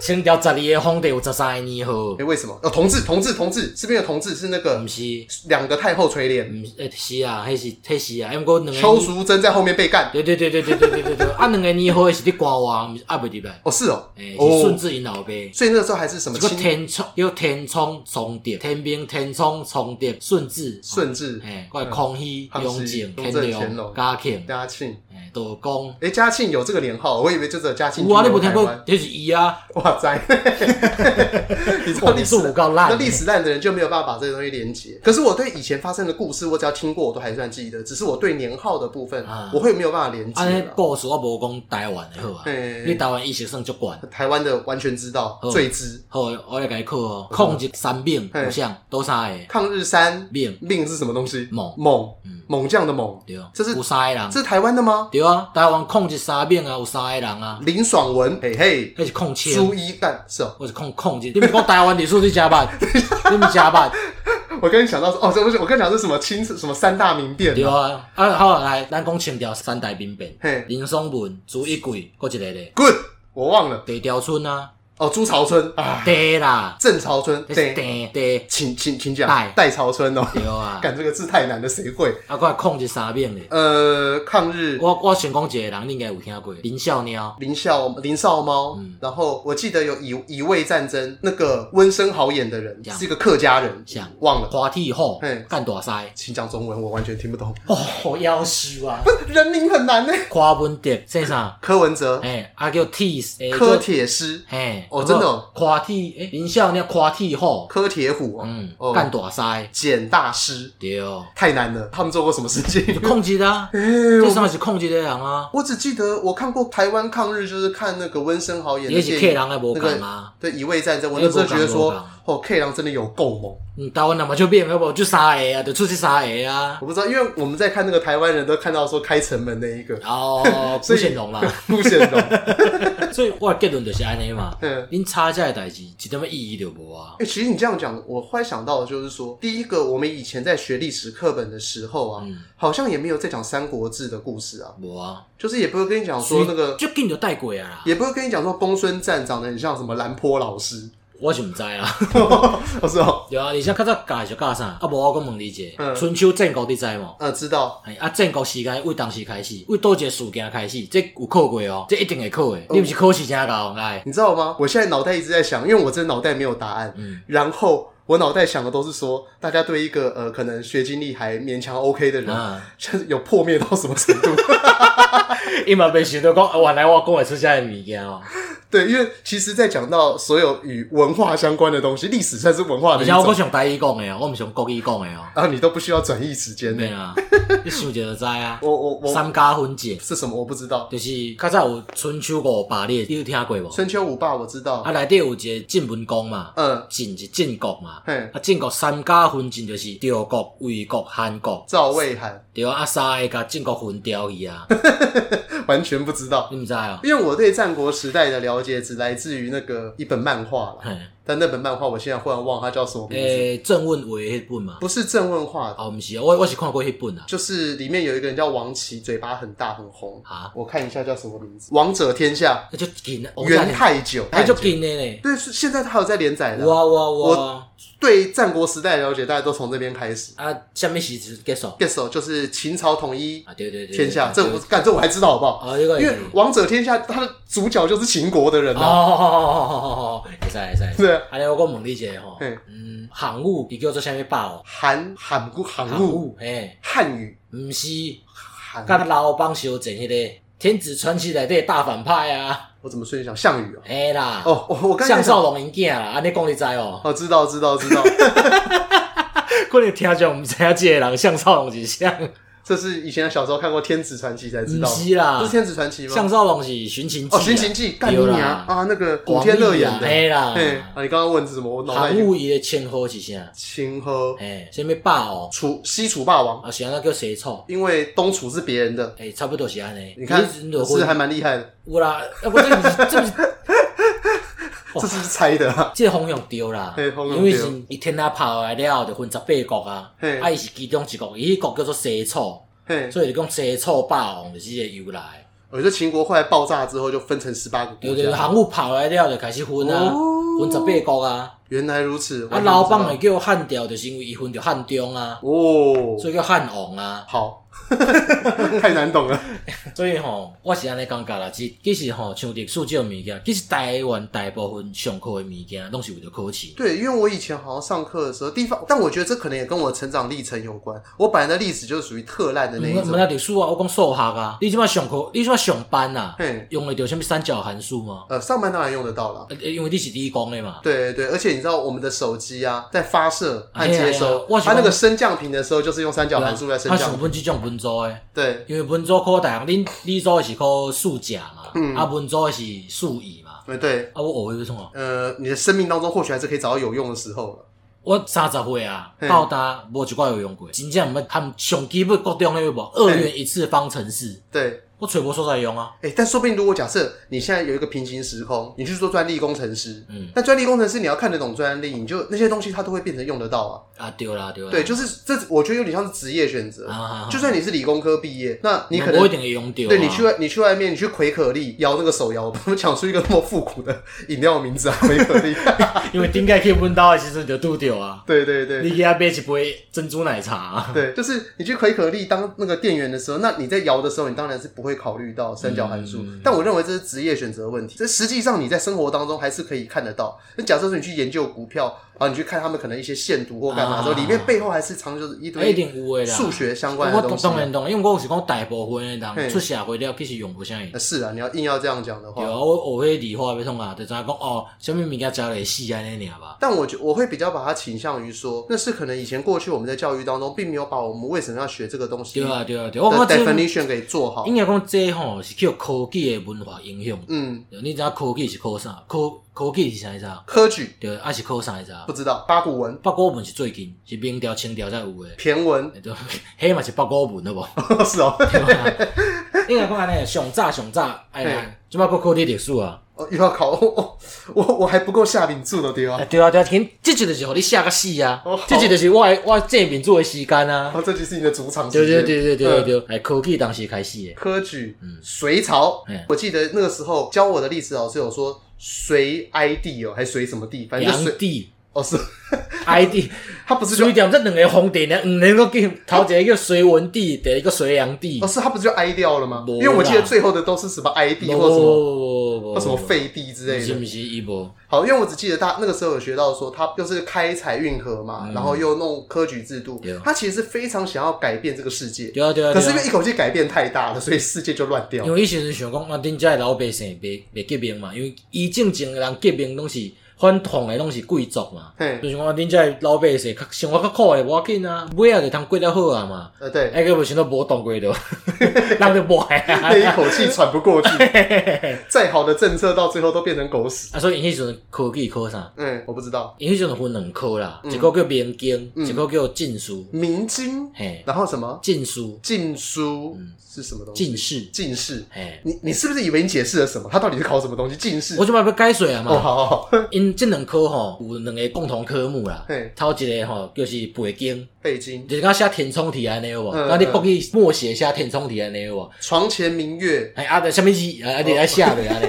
Speaker 2: 先调十二个皇帝有十三个年号，
Speaker 1: 哎，为什么？哦，同治，同治，同治，这边的同治是那个
Speaker 2: 毋是，
Speaker 1: 两个太后垂帘，
Speaker 2: 毋是，诶，是啊，迄是迄是啊，因为我两个
Speaker 1: 邱
Speaker 2: 年，
Speaker 1: 淑贞在后面被干。
Speaker 2: 对对对对对对对对对，啊，两个年号的是伫官王，毋是压袂入来，
Speaker 1: 哦，是哦
Speaker 2: 诶，，是顺
Speaker 1: 哦，
Speaker 2: 治因老爸。
Speaker 1: 所以那个时候还是什么
Speaker 2: 个
Speaker 1: 清
Speaker 2: 天窗，叫天窗重叠，天兵天窗重叠，顺治，
Speaker 1: 顺治、
Speaker 2: 嘿，个康熙、
Speaker 1: 康
Speaker 2: 雍
Speaker 1: 熙
Speaker 2: 正、
Speaker 1: 雍正乾
Speaker 2: 乾
Speaker 1: 隆
Speaker 2: 隆、嘉庆，
Speaker 1: 嘉庆。
Speaker 2: 嘿，道光。
Speaker 1: 哎，嘉庆有这个年号，我以为就只有嘉庆。
Speaker 2: 有啊，你无听过？迄是伊啊，
Speaker 1: 哇塞！ [LAUGHS] 你知道
Speaker 2: 哇
Speaker 1: 历
Speaker 2: 你
Speaker 1: 史
Speaker 2: 是有够烂
Speaker 1: 那历史烂的人就没有办法把这个东西连接。可是我对以前发生的故事，我只要听过，我都还算记得。只是我对年号的部分，
Speaker 2: 啊
Speaker 1: 我会没有办法连
Speaker 2: 安尼
Speaker 1: 接了。
Speaker 2: 故事我无讲台湾的好啊，
Speaker 1: 嘿
Speaker 2: 你台湾意识算足悬。
Speaker 1: 台湾的完全知道，
Speaker 2: 哦
Speaker 1: 最知
Speaker 2: 好，我来甲你考哦，控制三命
Speaker 1: 嗯嘿
Speaker 2: 有啥？多三个？
Speaker 1: 抗日三
Speaker 2: 命
Speaker 1: 命是什么东西？
Speaker 2: 猛
Speaker 1: 猛
Speaker 2: 嗯
Speaker 1: 猛将的猛，
Speaker 2: 对，
Speaker 1: 这是
Speaker 2: 有三个人
Speaker 1: 这，是台湾的吗？
Speaker 2: 对啊，台湾控制三命啊，有三个人啊，
Speaker 1: 林爽文，嘿嘿，
Speaker 2: 迄是控制。
Speaker 1: 朱一干是哦。
Speaker 2: 我是控控制。你毋讲台湾历史你
Speaker 1: [LAUGHS]
Speaker 2: 加捌，你毋加捌。
Speaker 1: 我跟你想到说哦，这不是我跟你讲是什么清什么三大名店
Speaker 2: 对啊，啊好来，咱讲清朝三大兵变
Speaker 1: 嘿，
Speaker 2: 林爽文、朱一贵，搁一个咧，
Speaker 1: ，good，我忘了
Speaker 2: 地条村啊，
Speaker 1: 哦，朱朝春啊，
Speaker 2: 地啦，
Speaker 1: 郑朝春，
Speaker 2: 那是
Speaker 1: 对，
Speaker 2: 地地，
Speaker 1: 请请请讲
Speaker 2: 戴
Speaker 1: 戴朝
Speaker 2: [LAUGHS]
Speaker 1: 春哦，
Speaker 2: 对啊，
Speaker 1: 干这个字太难了，谁会？
Speaker 2: 啊搁来控制三命咧。
Speaker 1: 呃，抗日
Speaker 2: 我我想讲一个人，你应该有听过林孝鸟，
Speaker 1: 林孝林少猫，
Speaker 2: 嗯
Speaker 1: 然后我记得有乙乙未战争那个温升豪演的人
Speaker 2: 讲
Speaker 1: 是一个客家人
Speaker 2: 讲，
Speaker 1: 忘了，
Speaker 2: 花体虎
Speaker 1: 嘿，
Speaker 2: 干大西，
Speaker 1: 请讲中文，我完全听不懂， [LAUGHS]
Speaker 2: [LAUGHS] 哦，好夭寿啊！
Speaker 1: 人名很难呢。
Speaker 2: 花文蝶，
Speaker 1: [COUGHS]
Speaker 2: 姓啥？
Speaker 1: 柯文哲、
Speaker 2: 嘿，啊叫铁，诶
Speaker 1: 柯，铁师、
Speaker 2: 嘿，
Speaker 1: 哦真的哦
Speaker 2: 花体，诶，林孝鸟花体虎，
Speaker 1: 柯铁虎，
Speaker 2: 嗯，
Speaker 1: 哦
Speaker 2: 干大西，
Speaker 1: 简大师，
Speaker 2: 对，哦
Speaker 1: 太难了，他们做过什么事
Speaker 2: [LAUGHS]
Speaker 1: 情？哎
Speaker 2: 控制啊，这上是控制的人啊。
Speaker 1: 我只记得我看过台湾抗日，就是看那个温升豪演的
Speaker 2: 也是
Speaker 1: 电
Speaker 2: K
Speaker 1: 影，
Speaker 2: 人的无共啊，
Speaker 1: 对乙未战争，我那时候觉得说
Speaker 2: 那个不敢，
Speaker 1: 哦，K 郎真的有够猛。
Speaker 2: 嗯，台湾人嘛就变，要不就三个啊，就出去三个啊。
Speaker 1: 我不知道，因为我们在看那个台湾人都看到说开城门那一个 [LAUGHS]
Speaker 2: 哦，
Speaker 1: 所
Speaker 2: 不
Speaker 1: 以
Speaker 2: 显容啦，
Speaker 1: 陆显
Speaker 2: [LAUGHS]
Speaker 1: 龙，哎、
Speaker 2: 所以我的结论就是安尼
Speaker 1: [LAUGHS]
Speaker 2: 嘛
Speaker 1: 嗯。
Speaker 2: 恁吵架的代志一点么意义都无啊。
Speaker 1: 其实你这样讲，我忽然想到的就是说，第一个，我们以前在学历史课本的时候啊，
Speaker 2: 嗯，
Speaker 1: 好像也没有在讲《三国志》的故事啊，
Speaker 2: 无啊。
Speaker 1: 就是也不会跟你讲说那个，
Speaker 2: 就紧就带过啊啦，
Speaker 1: 也不会跟你讲说公孙瓒长得很像什么兰坡老师， [LAUGHS] 哦
Speaker 2: 我是毋知啊。
Speaker 1: 我说，
Speaker 2: 对啊，而且较早教就教啥，啊无我讲问你者
Speaker 1: 嗯，
Speaker 2: 春秋战国你知无？
Speaker 1: 呃，知道，
Speaker 2: 哎，啊，战国时间为当时开始，为倒一个事件开始，这有考过哦，这一定会哎考的。你毋是考试真高来？
Speaker 1: 你知道吗？我现在脑袋一直在想，因为我真的脑袋没有答案，
Speaker 2: 嗯
Speaker 1: 然后。我脑袋想的都是说，大家对一个呃可能学经历还勉强 OK 的人，
Speaker 2: 啊，
Speaker 1: 就是有破灭到什么程度？ [LAUGHS]
Speaker 2: 伊嘛袂想到讲，啊原来我讲会出遮个物件
Speaker 1: 啊
Speaker 2: 哦。
Speaker 1: 对，因为其实，在讲到所有与文化相关的东西，历史算是文化的
Speaker 2: 而
Speaker 1: 一
Speaker 2: 且我
Speaker 1: 种
Speaker 2: 搁，想台语讲的哦，我毋想国语讲的哦。
Speaker 1: 然后你都不需要转译时间
Speaker 2: 对
Speaker 1: 呢。
Speaker 2: 啊，你想者就知啊。
Speaker 1: 嗯 [LAUGHS] 我我我
Speaker 2: 三家分解
Speaker 1: 是什么我不知道，
Speaker 2: 就是较早有春秋五霸列，你有听过无？
Speaker 1: 春秋五霸我知道
Speaker 2: 啊，，内底有一个晋文公嘛，
Speaker 1: 嗯，
Speaker 2: 晋是晋国嘛，
Speaker 1: 嘿，
Speaker 2: 啊，晋国三家分晋就是赵国、魏国、韩国，
Speaker 1: 赵魏韩
Speaker 2: 对啊，啊三个甲晋国分掉去啊， [LAUGHS]
Speaker 1: 完全不知道，
Speaker 2: 你毋知哦？
Speaker 1: 因为我对战国时代的了解只来自于那个一本漫画啦，
Speaker 2: 嘿，
Speaker 1: 但那本漫画我现在忽然忘它叫什么名字，
Speaker 2: 诶，郑问为迄本嘛，
Speaker 1: 不是郑问画的，
Speaker 2: 哦，毋是哦，我我是看过迄本啊，
Speaker 1: 就是里面有一个人叫王琦，嘴巴很大很红，
Speaker 2: 啊，
Speaker 1: 我看一下叫什么名字，《王者天下
Speaker 2: 那就近啊，》
Speaker 1: 元太久，
Speaker 2: 那就近的呢，
Speaker 1: 对，是现在他有在连载的啊。
Speaker 2: 哇哇哇，
Speaker 1: 对战国时代的了解，大家都从这边开始。
Speaker 2: 啊，什么时阵结束？
Speaker 1: Guess 哦，就是秦朝统一
Speaker 2: 啊，对对对，
Speaker 1: 天下，
Speaker 2: 对
Speaker 1: 这
Speaker 2: 对
Speaker 1: 我干这我还知道好不好？
Speaker 2: 哦，这个
Speaker 1: 因为
Speaker 2: 哦
Speaker 1: 王者天下他的主角就是秦国的人
Speaker 2: 哦
Speaker 1: 啊，
Speaker 2: 哦哦哦，会使会使。
Speaker 1: 对啊，
Speaker 2: 安尼我讲问你一下吼
Speaker 1: 嘿，
Speaker 2: 嗯，航母伊叫做啥物包？
Speaker 1: 韩韩国韩
Speaker 2: 航
Speaker 1: 路
Speaker 2: 母，嘿，
Speaker 1: 汉语
Speaker 2: 毋是，
Speaker 1: 韩，
Speaker 2: 甲老帮小前迄个《天子传奇》内底大反派啊，
Speaker 1: 我怎么顺序想项羽啊？
Speaker 2: 嘿啦，
Speaker 1: 哦，我我刚才
Speaker 2: 项
Speaker 1: 想
Speaker 2: 少龙因囝啦，安尼讲你知哦？
Speaker 1: 哦，知道 [LAUGHS] 知道知道，
Speaker 2: 可能听众毋知影即个人项少龙是啥？
Speaker 1: 这是以前小时候看过《天子传奇》才知
Speaker 2: 不
Speaker 1: 道，
Speaker 2: 是啊啦
Speaker 1: 这是《天子传奇》吗？
Speaker 2: 向少龙是寻秦记
Speaker 1: 哦，
Speaker 2: 啊
Speaker 1: 《寻秦记》干你
Speaker 2: 对啦
Speaker 1: 娘啊！那个古天乐演的，
Speaker 2: 哎啦，
Speaker 1: 嘿啊，你刚刚问是什么？我脑袋
Speaker 2: 韩
Speaker 1: 已经
Speaker 2: 武伊的称呼是啥？
Speaker 1: 清喝
Speaker 2: 哎，什么霸王？
Speaker 1: 楚西楚霸王，
Speaker 2: 啊，是安那叫谁臭？
Speaker 1: 因为东楚是别人的，
Speaker 2: 哎，差不多是安尼。
Speaker 1: 你看
Speaker 2: 你就是
Speaker 1: 还蛮厉害的，
Speaker 2: 有啦，啊不，这不是这不是
Speaker 1: 这是猜的啊。
Speaker 2: 这方向对啦，
Speaker 1: 嘿方向
Speaker 2: 因为是伊天下拍落来了，就分十八国啊，
Speaker 1: 嘿
Speaker 2: 啊伊是其中一国，伊迄国叫做西楚，
Speaker 1: 嘿，
Speaker 2: 所以就讲西楚霸王就是这个由来。
Speaker 1: 我觉得秦国后来爆炸之后就分成十八个
Speaker 2: 对
Speaker 1: 国
Speaker 2: 对对，
Speaker 1: 家，
Speaker 2: 航母跑来了就开始分啊，
Speaker 1: 哦
Speaker 2: 分十八国啊，
Speaker 1: 原来如此。
Speaker 2: 啊
Speaker 1: 完全
Speaker 2: 老
Speaker 1: 不知道
Speaker 2: 板会叫汉朝，就是因为伊分着汉中啊，
Speaker 1: 哦，
Speaker 2: 所以叫汉王啊。 [LAUGHS]
Speaker 1: 好，太难懂了。
Speaker 2: 所以吼，我是安尼感觉啦，其其实吼，像历史这种物件，其实台湾大部分上课的物件拢是为了考试。
Speaker 1: 对，因为我以前好像上课的时候，地方，但我觉得这可能也跟我成长历程有关。我本来的历史就是属于特烂的那
Speaker 2: 毋
Speaker 1: 一
Speaker 2: 毋
Speaker 1: 种，
Speaker 2: 那历史啊，我讲数学啊，你即摆上课，你即摆上班啊
Speaker 1: 嘿，
Speaker 2: 用得着什物三角函数吗？
Speaker 1: 呃，上班当然用得到啦。
Speaker 2: 呃因为你是理工的嘛，
Speaker 1: 对对，而且你知道我们的手机啊，在发射
Speaker 2: 哎
Speaker 1: 按
Speaker 2: 呀
Speaker 1: 接
Speaker 2: 哎呀
Speaker 1: 收，
Speaker 2: 我喜
Speaker 1: 它那
Speaker 2: 欢
Speaker 1: 个升降频的时候，就是用三角
Speaker 2: 对啊
Speaker 1: 函数来升
Speaker 2: 他
Speaker 1: 降
Speaker 2: 想。分即种文组的，
Speaker 1: 对，
Speaker 2: 因为文组考大学，恁你组的是考数甲嘛，
Speaker 1: 嗯
Speaker 2: 啊文组的是数乙嘛，
Speaker 1: 呃对，
Speaker 2: 啊我学会要创啊，
Speaker 1: 呃，你的生命当中或许还是可以找到有用的时候了。
Speaker 2: 我三十岁啊，
Speaker 1: 嘿
Speaker 2: 到达无一寡有用过，真正毋捌含上基本国中的有无？二元一次方程式，
Speaker 1: 对，
Speaker 2: 我揣无所在用啊，
Speaker 1: 哎，但说不定如果假设你现在有一个平行时空，你去做专利工程师，
Speaker 2: 嗯
Speaker 1: 那专利工程师你要看得懂专利，你就那些东西它都会变成用得到啊。
Speaker 2: 啊对啦对啦，
Speaker 1: 对，就是这，我觉得有点像是职业选择
Speaker 2: 啊啊啊。
Speaker 1: 就算你是理工科毕业，那你可
Speaker 2: 我一
Speaker 1: 能
Speaker 2: 定会用着、啊，
Speaker 1: 对你去外你去外面，你去奎可力摇那个手摇，我讲出一个那么复古的 [LAUGHS] 饮料名字啊，奎可力。
Speaker 2: 因为顶摆去阮兜的时阵就拄着啊。
Speaker 1: [LAUGHS] 对对对
Speaker 2: 你给他买一杯珍珠奶茶，啊
Speaker 1: 对，就是你去奎可力当那个店员的时候，那你在摇的时候，你当然是不会考虑到三角函数，
Speaker 2: 嗯
Speaker 1: 但我认为这是职业选择问题。这实际上你在生活当中还是可以看得到。那假设说你去研究股票啊，你去看他们可能一些限读或干嘛的时候，
Speaker 2: 啊
Speaker 1: 里面背后还是藏就是一
Speaker 2: 一
Speaker 1: 堆
Speaker 2: 定有的啦。
Speaker 1: 数学相关的
Speaker 2: 我
Speaker 1: 东西啊
Speaker 2: 当。然懂了，因为我是讲大部分的
Speaker 1: 嘿
Speaker 2: 人出社会了，其实用不啥用
Speaker 1: 呃。是啊，你要硬要这样讲的话
Speaker 2: 对，啊，我学迄理化要创啊，就知影讲哦，啥物物件食会死安尼尔吧。
Speaker 1: 但我觉我会比较把它倾向于说，那是可能以前过去我们在教育当中，并没有把我们为什么要学这个东西
Speaker 2: 对
Speaker 1: 的
Speaker 2: 啊，对啊，对啊，我感觉
Speaker 1: definition 给做好
Speaker 2: 应。该讲这吼是叫科技的文化影响。
Speaker 1: 嗯，
Speaker 2: 对你知影科技是考啥？科科技是啥意思啊？
Speaker 1: 科举
Speaker 2: 对，啊是考啥意思啊
Speaker 1: 不？知道，八股文、
Speaker 2: 八股文是最近，是明朝、清朝才有的。
Speaker 1: 骈
Speaker 2: [LAUGHS]
Speaker 1: 文
Speaker 2: 对，迄嘛是八股文的
Speaker 1: [LAUGHS]
Speaker 2: 无？
Speaker 1: 是哦，
Speaker 2: 对吧应该讲安尼，上早上早，哎
Speaker 1: 嘿
Speaker 2: 呀，即摆搁考你历史啊。
Speaker 1: 哦又要考我，我我还不够下领住的对
Speaker 2: 啊，
Speaker 1: 吧？
Speaker 2: 对啊，对啊，今这集就是互你写个死啊
Speaker 1: 哦好，
Speaker 2: 这集就是我的我这民主的时间啊。
Speaker 1: 哦，这就是你的主场时
Speaker 2: 对对
Speaker 1: 间。
Speaker 2: 对对对
Speaker 1: 嗯
Speaker 2: 对，哎，科技当时开始的，
Speaker 1: 科举，隋朝
Speaker 2: 嗯，
Speaker 1: 我记得那个时候教我的历史老师有说隋哀帝哦，还隋什么帝，反正就
Speaker 2: 杨
Speaker 1: 隋
Speaker 2: 帝、
Speaker 1: 哦是，
Speaker 2: 哀帝，
Speaker 1: 他不是就
Speaker 2: 水点这两个皇帝呢，两个叫头一个叫隋文帝，第一个隋炀帝
Speaker 1: 哦，是他不是就哀掉了吗？
Speaker 2: 没啦
Speaker 1: 因为我记得最后的都是什么哀帝或什么。
Speaker 2: 么
Speaker 1: 或什么废帝之类
Speaker 2: 哦是不
Speaker 1: 的。
Speaker 2: 是伊无？
Speaker 1: 好，因为我只记得他那个时候有学到说，他就是开采运河嘛，
Speaker 2: 嗯
Speaker 1: 然后又弄科举制度
Speaker 2: 对，
Speaker 1: 他其实是非常想要改变这个世界，
Speaker 2: 对啊对啊，
Speaker 1: 可是
Speaker 2: 对啊
Speaker 1: 因为一口气改变太大了，所以世界就乱掉
Speaker 2: 因。为伊时阵想讲，啊，恁遮的老百姓袂袂结冰嘛，因为伊正经的人结冰拢是反统的，拢是贵族嘛。
Speaker 1: 嘿
Speaker 2: 就，想讲恁遮的老百姓较生活较苦的，无要紧啊，尾啊就通过得好啊嘛。
Speaker 1: 呃，对，
Speaker 2: 哎，个无想到无动过着， [LAUGHS] 人就无啊。
Speaker 1: 那 [LAUGHS] 一口气喘不
Speaker 2: [LAUGHS]
Speaker 1: 过去，再好的政策到最后都变成狗屎。
Speaker 2: 啊，所以因迄时阵科技考啥？
Speaker 1: 嗯，我不知道，
Speaker 2: 因迄时阵分两科啦，
Speaker 1: 嗯
Speaker 2: 一个叫民经，一个叫进士。
Speaker 1: 明经，
Speaker 2: 嘿，
Speaker 1: 然后什么
Speaker 2: 进士、
Speaker 1: 禁书
Speaker 2: 嗯
Speaker 1: 是什么东西？
Speaker 2: 进士，
Speaker 1: 进士，
Speaker 2: 嘿，
Speaker 1: 你你是不是以为你解释了什么？他到底是考什么东西？进士
Speaker 2: 我。即摆要改水啊
Speaker 1: 哦，
Speaker 2: 嘛。
Speaker 1: 好好好， [LAUGHS]
Speaker 2: 因即两科吼有两个共同科目啦
Speaker 1: 嘿，
Speaker 2: 头一个吼就是背经。
Speaker 1: 北京
Speaker 2: 就是讲写填充题安尼有无？
Speaker 1: 嗯
Speaker 2: 啊，你国语默写写填充题安尼有无？
Speaker 1: 床前明月，
Speaker 2: 哎，啊，着什么字？啊，啊你来写
Speaker 1: [LAUGHS]
Speaker 2: 落安尼，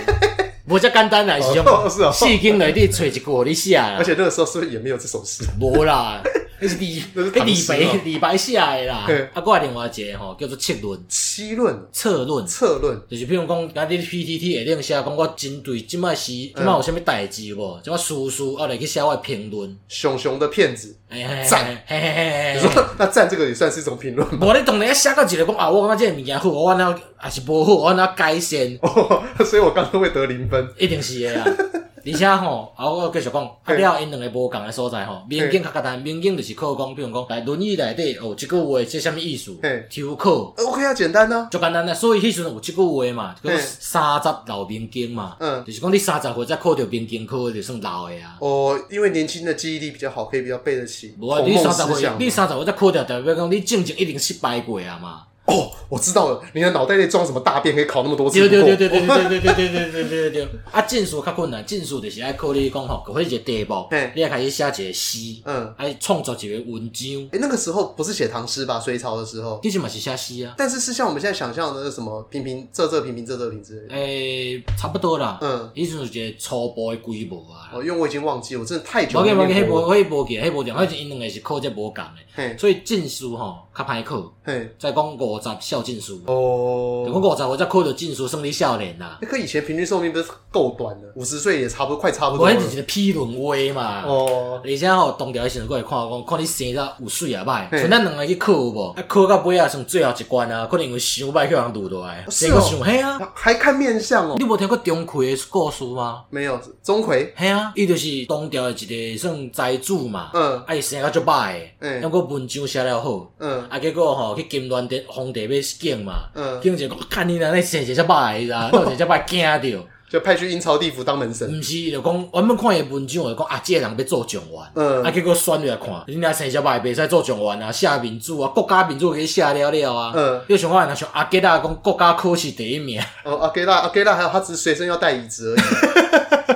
Speaker 2: 无遮简单哎啦，是啊种
Speaker 1: 哦 [LAUGHS] 是哦
Speaker 2: 四经内底找一句互你写啦
Speaker 1: 而，且那个时候是不是也没有这首
Speaker 2: [LAUGHS]
Speaker 1: 诗？
Speaker 2: 无
Speaker 1: [LAUGHS]
Speaker 2: 啦，迄是李
Speaker 1: 那是
Speaker 2: 迄
Speaker 1: 唐
Speaker 2: 李
Speaker 1: 诗哦
Speaker 2: 白李白写的啦
Speaker 1: 嘿。
Speaker 2: 啊，我另外一个吼叫做策论，
Speaker 1: 七论、
Speaker 2: 策论。
Speaker 1: 策论，
Speaker 2: 就是比如讲，今日 PTT 会定写讲，我针对即摆时，
Speaker 1: 嗯
Speaker 2: 即摆有啥物代志无？即摆事事，我来去写我的评论。
Speaker 1: 熊熊的骗子。
Speaker 2: 哎哎
Speaker 1: 赞，
Speaker 2: 嘿嘿嘿嘿
Speaker 1: 你
Speaker 2: 嘿
Speaker 1: 说那赞这个也算是一种评论吗？
Speaker 2: 无你当然要写到一个讲啊，我感觉即个物件好，我安啊怎也是无好，我安怎改善，
Speaker 1: [LAUGHS] 哦，所以我刚刚会得零分。
Speaker 2: 一定是的啊。而而且吼，啊，我继续讲，啊，
Speaker 1: 嘿
Speaker 2: 了因两个无共的所在吼，民警较简单，民警就是靠讲，比如讲来轮椅内底有即句话，即什么意思
Speaker 1: 嘿？
Speaker 2: 抽考。
Speaker 1: 呃 OK 啊，简单呢、
Speaker 2: 足简单诶，所以迄时阵有即句话嘛，就讲
Speaker 1: 嘿
Speaker 2: 三十老民警嘛，
Speaker 1: 嗯
Speaker 2: 就是讲你三十岁才考着民警科，就算老诶啊。
Speaker 1: 哦，因为年轻的记忆力比较好，可以比较背得起
Speaker 2: 无啊，
Speaker 1: 孔
Speaker 2: 你
Speaker 1: 孟
Speaker 2: 三十
Speaker 1: 思
Speaker 2: 岁
Speaker 1: 想，嘛。
Speaker 2: 你三十岁才考着，代表讲你进前一定失败过啊嘛。
Speaker 1: 哦，我知道了，你的脑袋里装什么大便可以考那么多次？
Speaker 2: 对对对对
Speaker 1: 不过
Speaker 2: 对对对对对对对对对。啊，进数较困难，进数就是爱靠你讲吼，可一个题目
Speaker 1: 嘿，
Speaker 2: 你要开始写一个诗，
Speaker 1: 嗯，
Speaker 2: 爱哎创作一个文章，
Speaker 1: 哎，那个时候不是写唐诗吧？隋朝的时候，
Speaker 2: 你起嘛是写诗啊。
Speaker 1: 但是是像我们现在想象的那什么平平仄仄平平仄仄平之类的。
Speaker 2: 诶，哎差不多啦。
Speaker 1: 嗯，
Speaker 2: 迄阵是一个初步的规模啊。
Speaker 1: 哦，因为我已经忘记，我真的太久
Speaker 2: 无
Speaker 1: 没
Speaker 2: 计无计，
Speaker 1: 念
Speaker 2: 迄
Speaker 1: 过
Speaker 2: 无
Speaker 1: 了。
Speaker 2: 迄无记，迄无定，反正因两个是考这无共的，
Speaker 1: 嘿，
Speaker 2: 所以进士吼较歹考。
Speaker 1: 嘿，
Speaker 2: 再讲五十孝进士，
Speaker 1: 哦。
Speaker 2: 就讲五十岁才考着进士，算你少年啊啦。
Speaker 1: 那可以前平均寿命不是够短的，五十岁也差不多，快差不多
Speaker 2: 我
Speaker 1: 了
Speaker 2: 迄。是一个批论话嘛。
Speaker 1: 哦，
Speaker 2: 而且吼，当调的时阵，我会看讲，看你生得有水啊歹，
Speaker 1: 嘿
Speaker 2: 像咱两个去考有无？啊，考到尾啊，算最后一关啊，可能因为想歹去人堵落来，
Speaker 1: 是
Speaker 2: 结
Speaker 1: 哦
Speaker 2: 果想嘿啊，
Speaker 1: 还看面相哦
Speaker 2: 你。无听过钟馗的故事吗？
Speaker 1: 没有，钟馗，
Speaker 2: 嘿啊，伊就是当调的一个算财主嘛，
Speaker 1: 嗯
Speaker 2: 啊，伊生得足歹
Speaker 1: 嗯
Speaker 2: 的，不过文章写了好，
Speaker 1: 嗯
Speaker 2: 啊，结果吼去金銮殿皇帝要敬嘛，
Speaker 1: 嗯，
Speaker 2: 敬者讲，看你哪咧生一只歹
Speaker 1: [LAUGHS]
Speaker 2: 的啊，到一只歹惊着，
Speaker 1: 就派去阴曹地府当门神。
Speaker 2: 毋是就讲原本看伊文章就讲啊，即个人要做状元。
Speaker 1: 嗯
Speaker 2: 啊，结果选落来看，你若生小歹袂使做状元啊，写民主啊，国家民主给你写了了啊。
Speaker 1: 嗯
Speaker 2: 你想看若像阿吉拉讲国家考试第一名，啊，
Speaker 1: 哦，阿给拉，阿给拉，还有他只是随身要带椅子而
Speaker 2: [LAUGHS]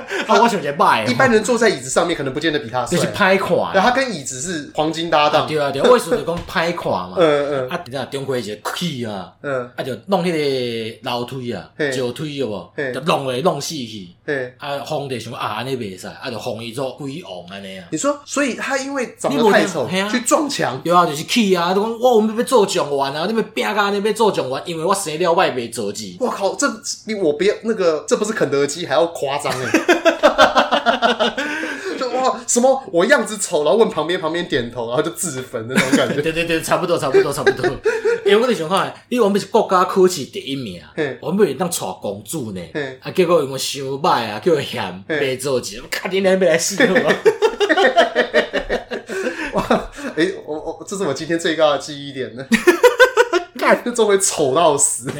Speaker 1: 已。
Speaker 2: 啊我想一个歹
Speaker 1: [LAUGHS] 一
Speaker 2: 的，
Speaker 1: 般人坐在椅子上面，可能不见得比他
Speaker 2: 就是
Speaker 1: 帅。
Speaker 2: 歹看
Speaker 1: [LAUGHS] 对，
Speaker 2: 啊。
Speaker 1: 他跟椅子是黄金搭档。
Speaker 2: 对啊对啊，我意思就讲歹看嘛。
Speaker 1: 嗯嗯
Speaker 2: 啊，真正中国一个气啊，
Speaker 1: 嗯，
Speaker 2: 啊就弄迄个楼梯啊，
Speaker 1: 嘿
Speaker 2: 石梯有无？
Speaker 1: 嘿
Speaker 2: 就弄落弄死去。
Speaker 1: 对。
Speaker 2: 啊，皇帝想讲啊，安尼袂使，啊就封伊做鬼王安尼啊。
Speaker 1: 你说，所以他因为长
Speaker 2: 你
Speaker 1: 得
Speaker 2: 没
Speaker 1: 太
Speaker 2: 听
Speaker 1: 丑
Speaker 2: 嘿啊
Speaker 1: 去撞墙，
Speaker 2: 对啊，就是气啊，就讲我我们要做状元啊，你们拼到安尼要做状元，因为我生了我也袂做字。
Speaker 1: 我靠，这比我别那个，这不是肯德基还要夸张哎！ [LAUGHS] 就哇，什么我样子丑，然后问旁边旁边点头，然后就自焚那种感觉。
Speaker 2: 对对对，差不多，差不多，差不多。 [LAUGHS] 因为我就想看，你原本是国家考试第一名
Speaker 1: 嘿，
Speaker 2: 原本是当娶公主呢
Speaker 1: 嘿，
Speaker 2: 啊，结果因为想歹啊，叫伊嫌
Speaker 1: 嘿
Speaker 2: 袂做事，我肯定人要来死我。
Speaker 1: 哇， [LAUGHS] 哎、我我这是我今天最高的记忆点呢。 [LAUGHS] 看，这终于丑到死。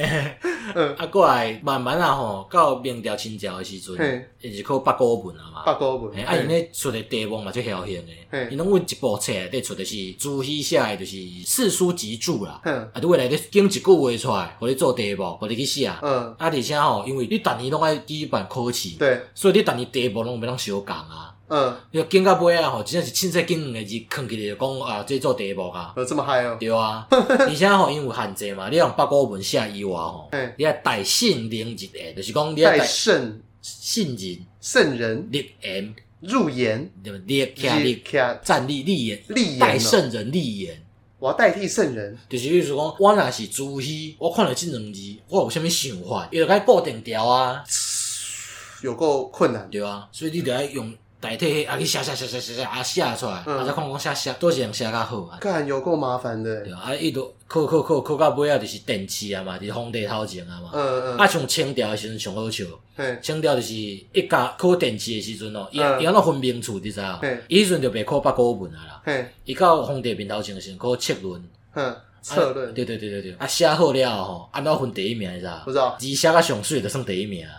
Speaker 1: 嗯，
Speaker 2: 啊，过来慢慢啊吼，到明朝清朝的时阵
Speaker 1: 嘿，
Speaker 2: 也是靠八股文啊
Speaker 1: 八
Speaker 2: 嘛。
Speaker 1: 哥文
Speaker 2: 嘿，啊，因咧出的题目嘛，最侥幸
Speaker 1: 嘿
Speaker 2: 的。因拢阮一部册内底出的是朱熹写的，就是《四书集注》啦。
Speaker 1: 嗯
Speaker 2: 啊，你未来咧拣一句话出来，互你做题目，互你去写。啊，
Speaker 1: 嗯，
Speaker 2: 而且吼，因为你逐年拢爱举办考试，
Speaker 1: 对，
Speaker 2: 所以你逐年题目拢袂当相共啊。
Speaker 1: 嗯，
Speaker 2: 你讲到尾啊吼，真正是凊彩拣两个字囥起来就讲啊，这做题目啊，
Speaker 1: 有这么嗨哦、[LAUGHS]
Speaker 2: 对啊。而且吼，因为有限制嘛，你用八股文写以外吼
Speaker 1: 嘿，
Speaker 2: 你要带姓林一个，就是讲你要
Speaker 1: 带
Speaker 2: 带
Speaker 1: 圣
Speaker 2: 姓人
Speaker 1: 圣人
Speaker 2: 立言，
Speaker 1: 入言，
Speaker 2: 对不对？立徛立
Speaker 1: 卡
Speaker 2: 站立立言，
Speaker 1: 立言、
Speaker 2: 带
Speaker 1: 哦，
Speaker 2: 圣人立言，
Speaker 1: 我要代替圣人。
Speaker 2: 就是意思讲，我若是朱熹，我看了这两字，我有啥物想法，伊就该固定掉啊。
Speaker 1: 有够困难，
Speaker 2: 对啊，所以你得要用代替迄啊去写写写写写写啊写出来，
Speaker 1: 嗯
Speaker 2: 啊再看讲写写多一样写较好啊。
Speaker 1: 干有够麻烦的、
Speaker 2: 对啊，啊伊都考考考考到尾啊，就是电器啊嘛，就是皇帝头前啊嘛。
Speaker 1: 嗯
Speaker 2: 啊，
Speaker 1: 嗯，
Speaker 2: 像清朝的时阵上好笑，
Speaker 1: 嘿，
Speaker 2: 清朝就是一家考电器的时阵哦，伊
Speaker 1: 嗯
Speaker 2: 伊安怎分名次你知影
Speaker 1: 嘿？
Speaker 2: 伊迄阵就袂考八股文啊啦，
Speaker 1: 嘿，
Speaker 2: 伊到皇帝面头前的时阵考策论。
Speaker 1: 哼，策
Speaker 2: 啊
Speaker 1: 论，
Speaker 2: 对对对对对，啊写好了吼，安怎分第一名你知
Speaker 1: 不
Speaker 2: 影？
Speaker 1: 知道，
Speaker 2: 字写到上水就算第一名啊，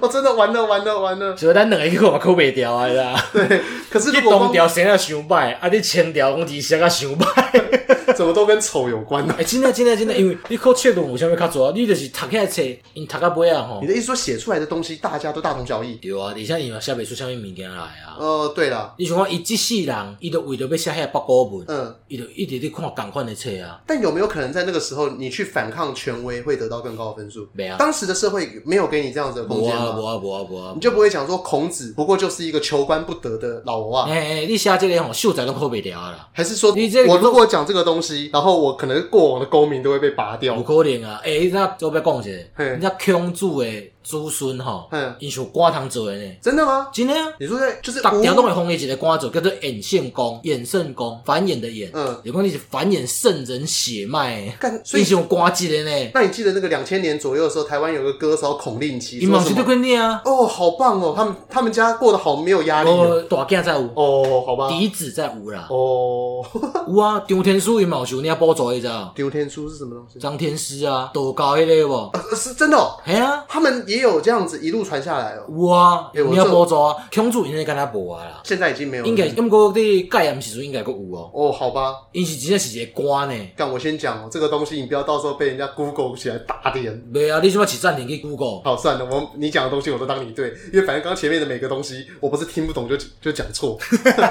Speaker 1: 我真的完了完了完了。
Speaker 2: 所以咱两个去考嘛考袂掉啊，你知影？
Speaker 1: 对，可是
Speaker 2: 你
Speaker 1: 如果
Speaker 2: 东
Speaker 1: 光
Speaker 2: 调生啊伤歹，啊你清调讲字写啊伤
Speaker 1: [LAUGHS]
Speaker 2: 歹。
Speaker 1: 怎么都跟丑有关呢、
Speaker 2: 哎、真的真的真的，因为你考册论有啥物较主要，你就是读起来册，因读到尾啊吼
Speaker 1: 你。的意思说写出来的东西大家都大同小异？
Speaker 2: 对啊，而且伊嘛写袂出啥物物件来啊。
Speaker 1: 呃，对啦，
Speaker 2: 你想看伊即世人，伊都为着要写遐八股文，
Speaker 1: 嗯，
Speaker 2: 伊、就一直咧看共款的册啊。
Speaker 1: 但有没有可能在那个时候你去反抗权威会得到更高的分数？
Speaker 2: 袂啊，
Speaker 1: 当时的社会没有给你这样子的空
Speaker 2: 无
Speaker 1: 间
Speaker 2: 啊无
Speaker 1: 吗？
Speaker 2: 啊无啊无啊
Speaker 1: 你。就不会讲说孔子不过就是一个求官不得的老娃
Speaker 2: 哎、
Speaker 1: 啊？
Speaker 2: 哎你写即个吼，秀才拢考袂掉啊啦。
Speaker 1: 还是说
Speaker 2: 你这个
Speaker 1: 我如果讲这个东西，然后我可能过往的功名都会被拔掉
Speaker 2: 有？可能啊，哎、欸，你知道我要讲一个，
Speaker 1: 嘿
Speaker 2: 你知道孔子的子孙吼
Speaker 1: 嗯，
Speaker 2: 因像赶通做的呢，
Speaker 1: 真的吗？
Speaker 2: 真的啊。
Speaker 1: 你说在就是
Speaker 2: 逐条
Speaker 1: 无
Speaker 2: 都会封的一个官做，叫做衍圣公、衍圣公，繁衍的衍，
Speaker 1: 嗯
Speaker 2: 有讲你是繁衍圣人血脉的，
Speaker 1: 干，所
Speaker 2: 所以
Speaker 1: 以
Speaker 2: 是用官职的呢。
Speaker 1: 那你记得那个两千年左右的时候，台湾有个歌手孔令奇
Speaker 2: 伊
Speaker 1: 说
Speaker 2: 嘛
Speaker 1: 什
Speaker 2: 是对
Speaker 1: 么？
Speaker 2: 跟你啊，
Speaker 1: 哦，好棒哦，他们他们家过得好没有压力哦。
Speaker 2: 我大囝才有，
Speaker 1: 哦，好吧。
Speaker 2: 嫡子才有啦，
Speaker 1: 哦，
Speaker 2: 有啊，张天师伊嘛有受你啊补助的知道，
Speaker 1: 丢天书是什么东西？
Speaker 2: 张天师啊，道教迄个有无？
Speaker 1: 呃是真的哦，
Speaker 2: 嘿啊，
Speaker 1: 他们也有这样子一路传下来哦。
Speaker 2: 有啊，
Speaker 1: 欸我
Speaker 2: 你啊
Speaker 1: 这
Speaker 2: 补助啊，孔子因为敢若无啊啦，
Speaker 1: 现在已经没有了。
Speaker 2: 应该，毋过伫戒严时阵应该阁有哦，
Speaker 1: 哦，好吧。
Speaker 2: 因是真正是一个官呢。
Speaker 1: 干，我先讲哦，这个东西你不要到时候被人家 Google 起来打脸。
Speaker 2: 袂啊，你即摆是暂停去 Google，
Speaker 1: 好，算了，我你讲的东西我都当你对，因为反正刚前面的每个东西，我不是听不懂就就讲错。 [LAUGHS]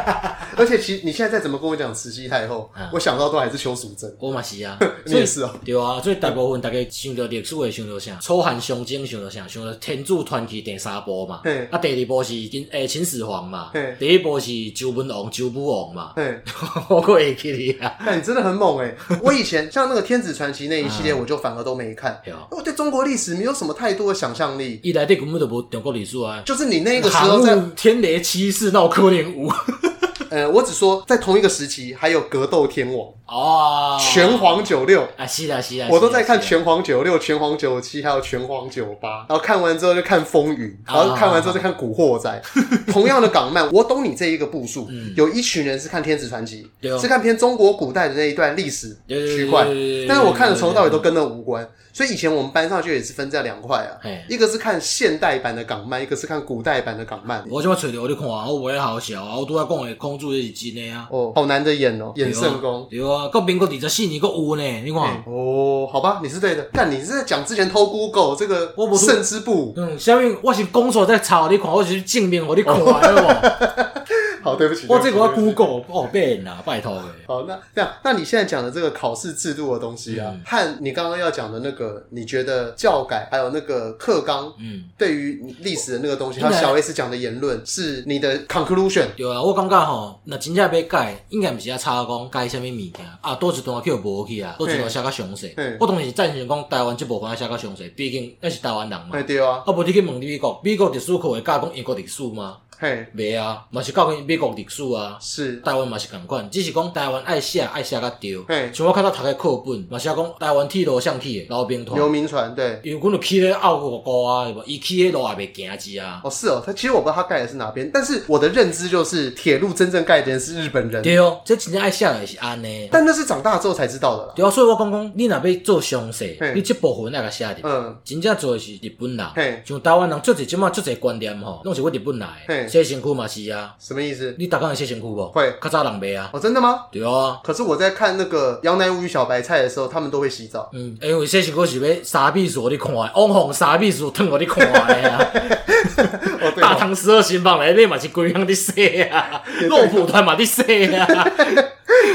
Speaker 1: 而且其实你现在再怎么跟我讲慈禧太后，
Speaker 2: 嗯
Speaker 1: 我想到都还是邱淑贞。，
Speaker 2: 我嘛是啊
Speaker 1: [LAUGHS] 你也是哦。
Speaker 2: 对啊，所以大部分大家想到历史会想到啥？楚汉相争想到啥？想到天子传奇第三部嘛
Speaker 1: 嘿，
Speaker 2: 啊第二部是秦诶秦始皇嘛
Speaker 1: 嘿，
Speaker 2: 第一部是周文王、周武王嘛， [LAUGHS]
Speaker 1: 嘿，
Speaker 2: 我还会记哩啊。
Speaker 1: 那你真的很猛哎、我以前像那个《天子传奇》那一系列，
Speaker 2: 嗯
Speaker 1: 我就反而都没看，
Speaker 2: 对啊，
Speaker 1: 我对中国历史没有什么太多的想象力。
Speaker 2: 伊内底根本就无中国历史啊。
Speaker 1: 就是你那个时
Speaker 2: 航
Speaker 1: 候在，
Speaker 2: 母天雷七式闹柯林舞
Speaker 1: 呃，我只说在同一个时期，还有格斗天王、
Speaker 2: 哦，
Speaker 1: 拳皇九六，
Speaker 2: 啊是啦是啦，
Speaker 1: 我都在看
Speaker 2: 是啦啊
Speaker 1: 拳皇九六、拳皇九七，还有拳皇九八。然后看完之后就看风云，
Speaker 2: 啊
Speaker 1: 然后看完之后再看古惑仔。 [LAUGHS] 同样的港漫，我懂你这一个步数。
Speaker 2: 嗯
Speaker 1: 有一群人是看《天子传奇
Speaker 2: 对哦》，
Speaker 1: 是看偏中国古代的那一段历史
Speaker 2: 对对对
Speaker 1: 区块
Speaker 2: 对对对对，
Speaker 1: 但是我看的从头到尾都跟那无关。所以以前我们班上就也是分在两块啊
Speaker 2: 嘿，
Speaker 1: 一个是看现代版的港漫，一个是看古代版的港漫。
Speaker 2: 我即摆揣着我咧看啊，我袂好笑啊，我拄仔讲诶孔子是真诶啊，
Speaker 1: 哦，好难的演哦，演圣公。
Speaker 2: 对啊，到民国二十四年阁有呢，你看。
Speaker 1: 哦，好吧，你是对的。但你是在讲之前偷 Google 这个
Speaker 2: 我不是
Speaker 1: 胜之不武。
Speaker 2: 嗯，下面我是讲错在抄，你看我是证明互你看，对
Speaker 1: [LAUGHS] 好，对不起，
Speaker 2: 无？我这
Speaker 1: 对
Speaker 2: 个
Speaker 1: 不起
Speaker 2: 我
Speaker 1: 对不起
Speaker 2: Google 哦，变啦，拜托诶。
Speaker 1: 好，那这样，那你现在讲的这个考试制度的东西啊，
Speaker 2: 嗯
Speaker 1: 和你刚刚要讲的那个，你觉得教改还有那个课纲
Speaker 2: 嗯，
Speaker 1: 对于历史的那个东西，
Speaker 2: 应该
Speaker 1: 还有小 S 讲的言论，是你的 conclusion
Speaker 2: 对啊，我感觉吼，若真正要改，应该毋是要差讲改啥物物件啊，多一段叫无去啊，多一段写较详细
Speaker 1: 嘿。
Speaker 2: 我当然是赞成讲台湾即部分要写较详细，毕竟咱是台湾人嘛
Speaker 1: 哎，。对啊，
Speaker 2: 啊，无你去问你美国，美国历史课会教讲英国历史吗？
Speaker 1: 嘿，
Speaker 2: 袂啊，嘛是教讲美国历史啊。
Speaker 1: 是，
Speaker 2: 台湾嘛是共款，只是讲台湾爱写爱写较对。
Speaker 1: 嘿
Speaker 2: 像我较早读的课本，嘛是要讲台湾铁路上去的老兵团。
Speaker 1: 刘铭传，对，
Speaker 2: 因为阮就起咧澳国国啊，对无？伊起迄路也袂行之啊。
Speaker 1: 哦，是哦，他其实我不知道他盖的是哪边，但是我的认知就是铁路真正盖的人是日本人，
Speaker 2: 对哦，这真正爱写的是安尼。
Speaker 1: 但那是长大之后才知道的啦，
Speaker 2: 对啊，所以我讲讲，你若要做详细
Speaker 1: 嘿，
Speaker 2: 你即部分那甲写入。
Speaker 1: 嗯，
Speaker 2: 真正做的是日本
Speaker 1: 嘿
Speaker 2: 人，像台湾人足侪即马足侪观念吼，拢是我日本来
Speaker 1: 嘿
Speaker 2: 的。洗身躯嘛是啊，
Speaker 1: 什么意思？
Speaker 2: 你逐工会洗身躯无？
Speaker 1: 会
Speaker 2: 较早人袂啊。
Speaker 1: 哦，真的吗？
Speaker 2: 对啊，
Speaker 1: 可是我在看那个《羊奶物语小白菜》的时候，他们都会洗澡。
Speaker 2: 嗯，因为洗身躯是要三秘书你看的，往红三秘书烫互你看的
Speaker 1: [LAUGHS]
Speaker 2: 啊。
Speaker 1: 哦，对
Speaker 2: 嗯大
Speaker 1: 哦，
Speaker 2: 唐十二星榜内底嘛是规样伫洗
Speaker 1: [LAUGHS]
Speaker 2: 啊，肉蒲团嘛伫洗啊，